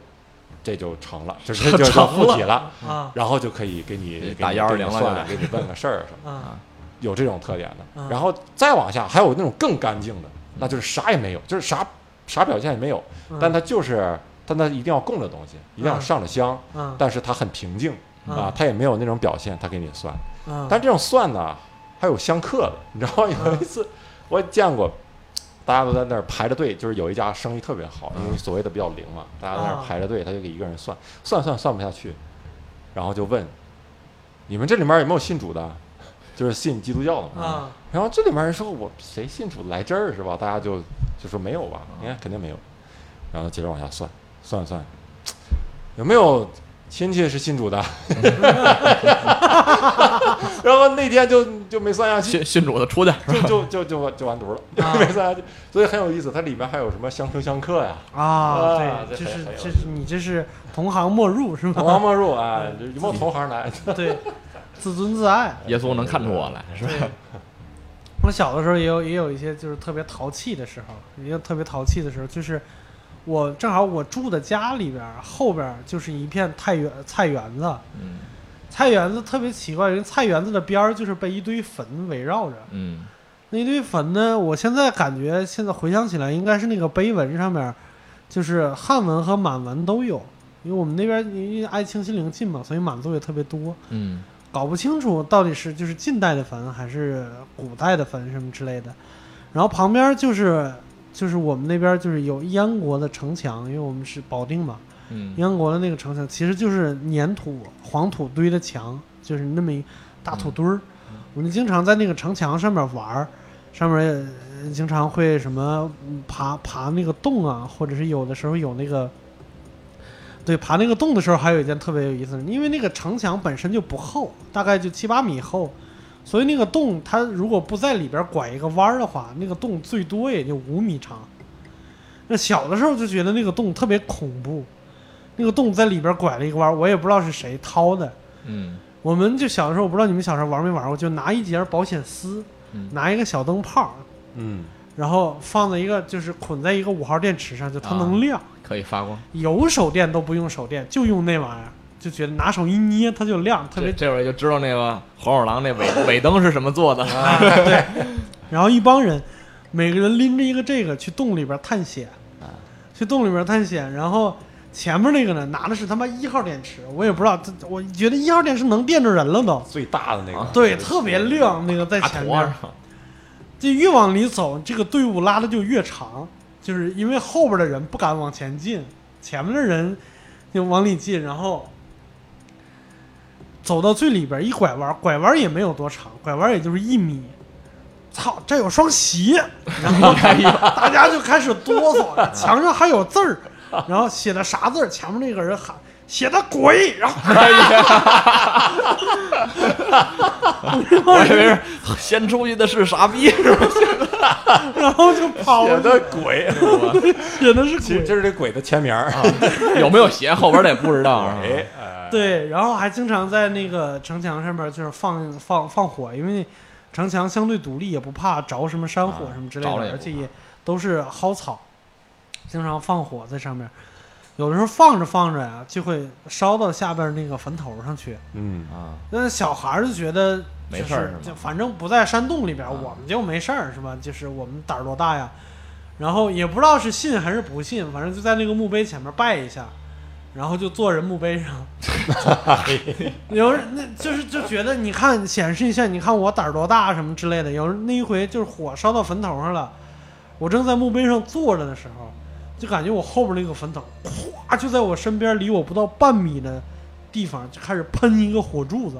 Speaker 2: 这就成 了，就是就
Speaker 3: 成
Speaker 2: 是
Speaker 3: 了
Speaker 2: 附体了，
Speaker 1: 啊
Speaker 2: 然后就可以给你
Speaker 3: 打120了
Speaker 2: 算了，
Speaker 3: 就
Speaker 2: 给你问个事儿什么，
Speaker 1: 啊
Speaker 2: 有这种特点的
Speaker 1: 嗯。
Speaker 2: 然后再往下还有那种更干净的，那就是啥也没有，就是啥啥表现也没有，
Speaker 1: 嗯
Speaker 2: 但他就是但他一定要供着东西，一定要上着香，
Speaker 1: 啊
Speaker 2: 但是他很平静
Speaker 1: 嗯
Speaker 2: 啊，他也没有那种表现，他给你算。
Speaker 1: 啊
Speaker 2: 但这种蒜呢，还有相克的，你知道吗有一次我见过，大家都在那儿排着队，就是有一家生意特别好，因为所谓的比较灵嘛，大家在那儿排着队，他就给一个人算，算算算不下去，然后就问你们这里面有没有信主的，就是信基督教的嘛。
Speaker 1: 啊
Speaker 2: 然后这里面人说我谁信主来这儿是吧？大家就就说没有吧，
Speaker 1: 嗯
Speaker 2: 应该肯定没有。然后接着往下算，算算，有没有亲戚是信主的？ 然后那天就就没算下去，
Speaker 3: 信信主的出去，
Speaker 2: 就就就就完就完犊了，
Speaker 1: 啊
Speaker 2: 没算下去，所以很有意思。它里边还有什么相生相克 呀，
Speaker 1: 啊，
Speaker 2: 啊
Speaker 1: 对，
Speaker 2: 这
Speaker 1: 这是
Speaker 2: 很有
Speaker 1: 这是你这是同行莫入是
Speaker 2: 同行
Speaker 1: 吗？
Speaker 2: 莫入啊，哎
Speaker 1: 嗯
Speaker 2: 有没有同行来？
Speaker 1: 对，自尊自爱。
Speaker 3: 耶稣能看出我来是吧？
Speaker 1: 对， 我小的时候也有也有一些就是特别淘气的时候，也有特别淘气的时候，就是我正好我住的家里边儿后边儿就是一片菜园菜园子，
Speaker 3: 嗯
Speaker 1: 菜园子特别奇怪，人菜园子的边儿就是被一堆坟围绕着。
Speaker 3: 嗯
Speaker 1: 那堆坟呢，我现在感觉现在回想起来，应该是那个碑文上面，就是汉文和满文都有，因为我们那边因为挨清心陵近嘛，所以满族也特别多，
Speaker 3: 嗯
Speaker 1: 搞不清楚到底是就是近代的坟还是古代的坟什么之类的。然后旁边就是就是我们那边就是有燕国的城墙，因为我们是保定嘛，
Speaker 3: 嗯
Speaker 1: 燕国的那个城墙其实就是粘土、黄土堆的墙，就是那么一大土堆儿。我们经常在那个城墙上面玩儿，上面呃经常会什么嗯爬爬那个洞啊，或者是有的时候有那个，对，爬那个洞的时候还有一件特别有意思的事，因为那个城墙本身就不厚，大概就七八米厚。所以那个洞，它如果不在里边拐一个弯儿的话，那个洞最多也就五米长。那小的时候就觉得那个洞特别恐怖，那个洞在里边拐了一个弯儿，我也不知道是谁掏的。
Speaker 3: 嗯
Speaker 1: 我们就小的时候，我不知道你们小时候玩没玩过，就拿一节保险丝，
Speaker 3: 嗯
Speaker 1: 拿一个小灯泡，
Speaker 2: 嗯，
Speaker 1: 然后放在一个就是捆在一个五号电池上，就它能亮，
Speaker 3: 可以发光，
Speaker 1: 有手电都不用手电，就用那玩意儿，就觉得拿手一捏它就亮，特
Speaker 3: 这
Speaker 1: 别。
Speaker 3: 这会儿就知道那个黄鼠狼那 尾尾灯是什么做的了。
Speaker 1: 然后一帮人，每个人拎着一个这个去洞里边探险，去洞里边探险，然后前面那个呢拿的是他妈一号电池，我也不知道，这我觉得一号电池能电着人了都。
Speaker 2: 最大的那个
Speaker 3: 啊，
Speaker 1: 对，特别亮，那个在
Speaker 3: 大
Speaker 1: 前
Speaker 3: 坨
Speaker 1: 面
Speaker 3: 儿。上，
Speaker 1: 这越往里走，这个队伍拉的就越长，就是因为后边的人不敢往前进，前面的人就往里进，然后走到最里边一拐弯，拐弯也没有多长，拐弯也就是一米。操，这有双鞋，然 后
Speaker 2: 哎
Speaker 1: 大家就开始哆嗦，墙上还有字儿，然后写的啥字儿？前面那个人喊写的鬼， 然后
Speaker 2: 哎
Speaker 3: 我以为是先出去的是傻 逼，是吧？
Speaker 1: 然后就跑
Speaker 2: 写
Speaker 1: 了，
Speaker 2: 的鬼，
Speaker 1: 写的是
Speaker 2: 其实
Speaker 1: 鬼。
Speaker 2: 这是这鬼的签名儿，
Speaker 1: 啊
Speaker 3: 有没有鞋后边的也不知道。啊是吧
Speaker 2: 哎，哎，
Speaker 1: 对，然后还经常在那个城墙上面就是放放放火，因为城墙相对独立，也不怕着什么山火
Speaker 3: 啊
Speaker 1: 什么之类的，
Speaker 3: 着了也
Speaker 1: 而
Speaker 3: 不
Speaker 1: 且
Speaker 3: 怕
Speaker 1: 也都是蒿草，经常放火在上面。有的时候放着放着呀、就会烧到下边那个坟头上去。
Speaker 2: 嗯，
Speaker 3: 啊，
Speaker 1: 那小孩儿就觉得
Speaker 3: 没
Speaker 1: 就
Speaker 3: 事儿
Speaker 1: 是
Speaker 3: 是吗
Speaker 1: 就反正不在山洞里边儿，
Speaker 3: 啊
Speaker 1: 我们就没事儿是吧？就是我们胆儿多大呀？然后也不知道是信还是不信，反正就在那个墓碑前面拜一下，然后就坐人墓 碑上。有人那就是就觉得你看显示一下，你看我胆儿多大什么之类的。有人那一回就是火烧到坟头上了，我正在墓碑上坐着的时候，就感觉我后边那个坟头，咵就在我身边离我不到半米的地方就开始喷一个火柱 子，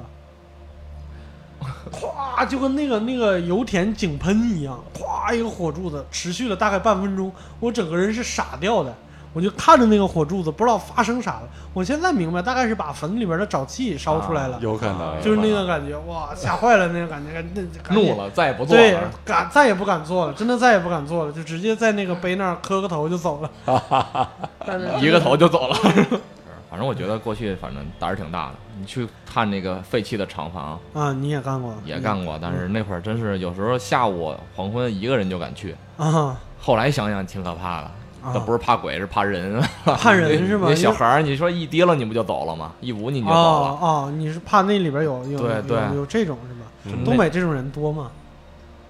Speaker 1: 咵就跟那个那个油田井喷一样，咵一个火柱子持续了大概半分钟，我整个人是傻掉的。我就看着那个火柱子，不知道发生啥了。我现在明白，大概是把坟里边的沼气烧出
Speaker 3: 啊
Speaker 1: 来了，
Speaker 2: 有可能，
Speaker 1: 就是那个感觉，哇，吓坏了那个感觉，那赶紧
Speaker 3: 怒了，再也不做
Speaker 1: 对
Speaker 3: 了。，
Speaker 1: 敢再也不敢做了，真的再也不敢做了，就直接在那个碑那儿磕个头就走了。但是
Speaker 3: 一个头就 走了。反正我觉得过去反正胆儿挺大的，你去看那个废弃的厂房
Speaker 1: 啊，你也干过，
Speaker 3: 也干过，但是那会儿真是有时候下午黄昏一个人就敢去，
Speaker 1: 啊，
Speaker 3: 后来想想挺可怕的。
Speaker 1: 啊
Speaker 3: 倒不是怕鬼，是怕人，
Speaker 1: 怕人是吗
Speaker 3: 那小孩儿，你说一提了你不就走了吗？一捂你就走
Speaker 1: 哦
Speaker 3: 了。
Speaker 1: 哦，你是怕那里边有有
Speaker 3: 对
Speaker 1: 有
Speaker 3: 对
Speaker 1: 有这种是吧？
Speaker 2: 嗯
Speaker 1: 东北这种人多吗？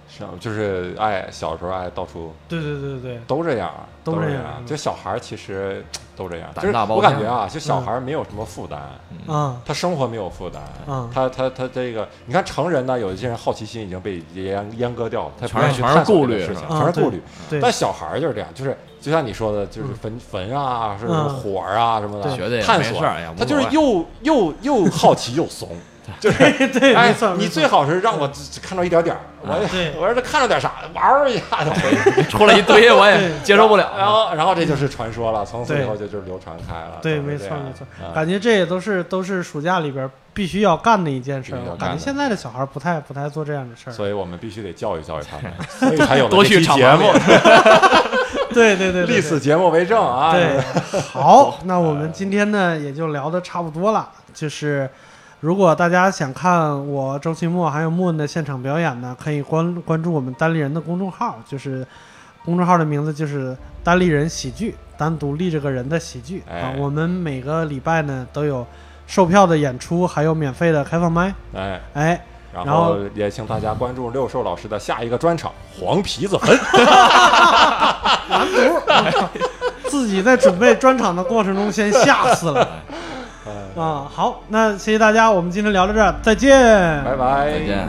Speaker 2: 是啊就是爱小时候爱到处
Speaker 1: 对对对对
Speaker 2: 都这样儿，
Speaker 1: 都
Speaker 2: 都
Speaker 1: 这
Speaker 2: 这
Speaker 1: 样
Speaker 2: 样儿，
Speaker 1: 嗯
Speaker 2: 就小孩儿其实都这样，
Speaker 3: 胆
Speaker 2: 就是
Speaker 3: 大包
Speaker 2: 我感
Speaker 3: 天嗯
Speaker 2: 觉啊，就
Speaker 1: 嗯
Speaker 2: 小孩儿没有什么负担，
Speaker 1: 对啊
Speaker 2: 他生活没有负担
Speaker 1: 嗯，
Speaker 2: 他他他这个，你看成人呢，有一些人好奇心已经被阉阉割掉了，他
Speaker 3: 全
Speaker 2: 不愿意去
Speaker 3: 是全是
Speaker 2: 探索
Speaker 3: 顾
Speaker 2: 这个
Speaker 3: 虑
Speaker 2: 事
Speaker 3: 是
Speaker 2: 情，
Speaker 1: 吧
Speaker 2: 全
Speaker 1: 啊
Speaker 2: 是顾虑。
Speaker 1: 对
Speaker 2: 但小孩儿就是这样，就是就像你说的，就是坟坟啊，是什么
Speaker 1: 嗯
Speaker 2: 火儿啊什么
Speaker 1: 对
Speaker 2: 的，
Speaker 3: 学的也
Speaker 2: 探
Speaker 3: 没
Speaker 2: 索
Speaker 3: 事儿，哎呀，
Speaker 2: 他就
Speaker 3: 无
Speaker 2: 是
Speaker 3: 所谓
Speaker 2: 又又又好奇又怂，
Speaker 1: 对 对，
Speaker 2: 哎
Speaker 1: 没错，，没
Speaker 2: 你
Speaker 1: 错啊
Speaker 2: 最好是让我只只看着一点点儿，我
Speaker 1: 对
Speaker 2: 我让他看着点啥，玩儿一下就回去。
Speaker 3: 出来一堆我也
Speaker 1: 对
Speaker 3: 接受不
Speaker 2: 然
Speaker 3: 了。
Speaker 2: 后，然后这就是传说了，从此以
Speaker 1: 对
Speaker 2: 后就就是流传开了。
Speaker 1: 对，
Speaker 2: 就是
Speaker 1: 没
Speaker 2: 这
Speaker 1: 错
Speaker 2: 样
Speaker 1: 没错，
Speaker 2: 啊
Speaker 1: 感觉这也都是都是暑假里边必须要干的一件事儿
Speaker 2: 必须。要
Speaker 1: 我感
Speaker 2: 干
Speaker 1: 觉
Speaker 2: 的
Speaker 1: 现在的小孩不太不太做这样的事儿。
Speaker 2: 所以我们必须得教育教育他们，所以才有了
Speaker 3: 多
Speaker 2: 这
Speaker 3: 去
Speaker 2: 期
Speaker 3: 场
Speaker 2: 节
Speaker 3: 外
Speaker 2: 目，
Speaker 1: 对对对，对
Speaker 2: 历史节目为证啊。
Speaker 1: 对，好，那我们今天呢也就聊的差不多了。就是如果大家想看我周奇墨还有莫恩的现场表演呢，可以关关注我们单立人的公众号，就是公众号的名字就是单立人喜剧，单独立这个人的喜剧、啊
Speaker 2: 哎。
Speaker 1: 我们每个礼拜呢都有售票的演出，还有免费的开放麦。
Speaker 2: 哎，
Speaker 1: 哎，
Speaker 2: 然
Speaker 1: 然
Speaker 2: 后
Speaker 1: 后
Speaker 2: 也请大家关注六兽老师的下一个专场《黄皮子坟》。
Speaker 1: 自己在准备专场的过程中先吓死了。啊、好，那谢谢大家，我们今天聊到这儿，再见，
Speaker 2: 拜拜，
Speaker 3: 再见。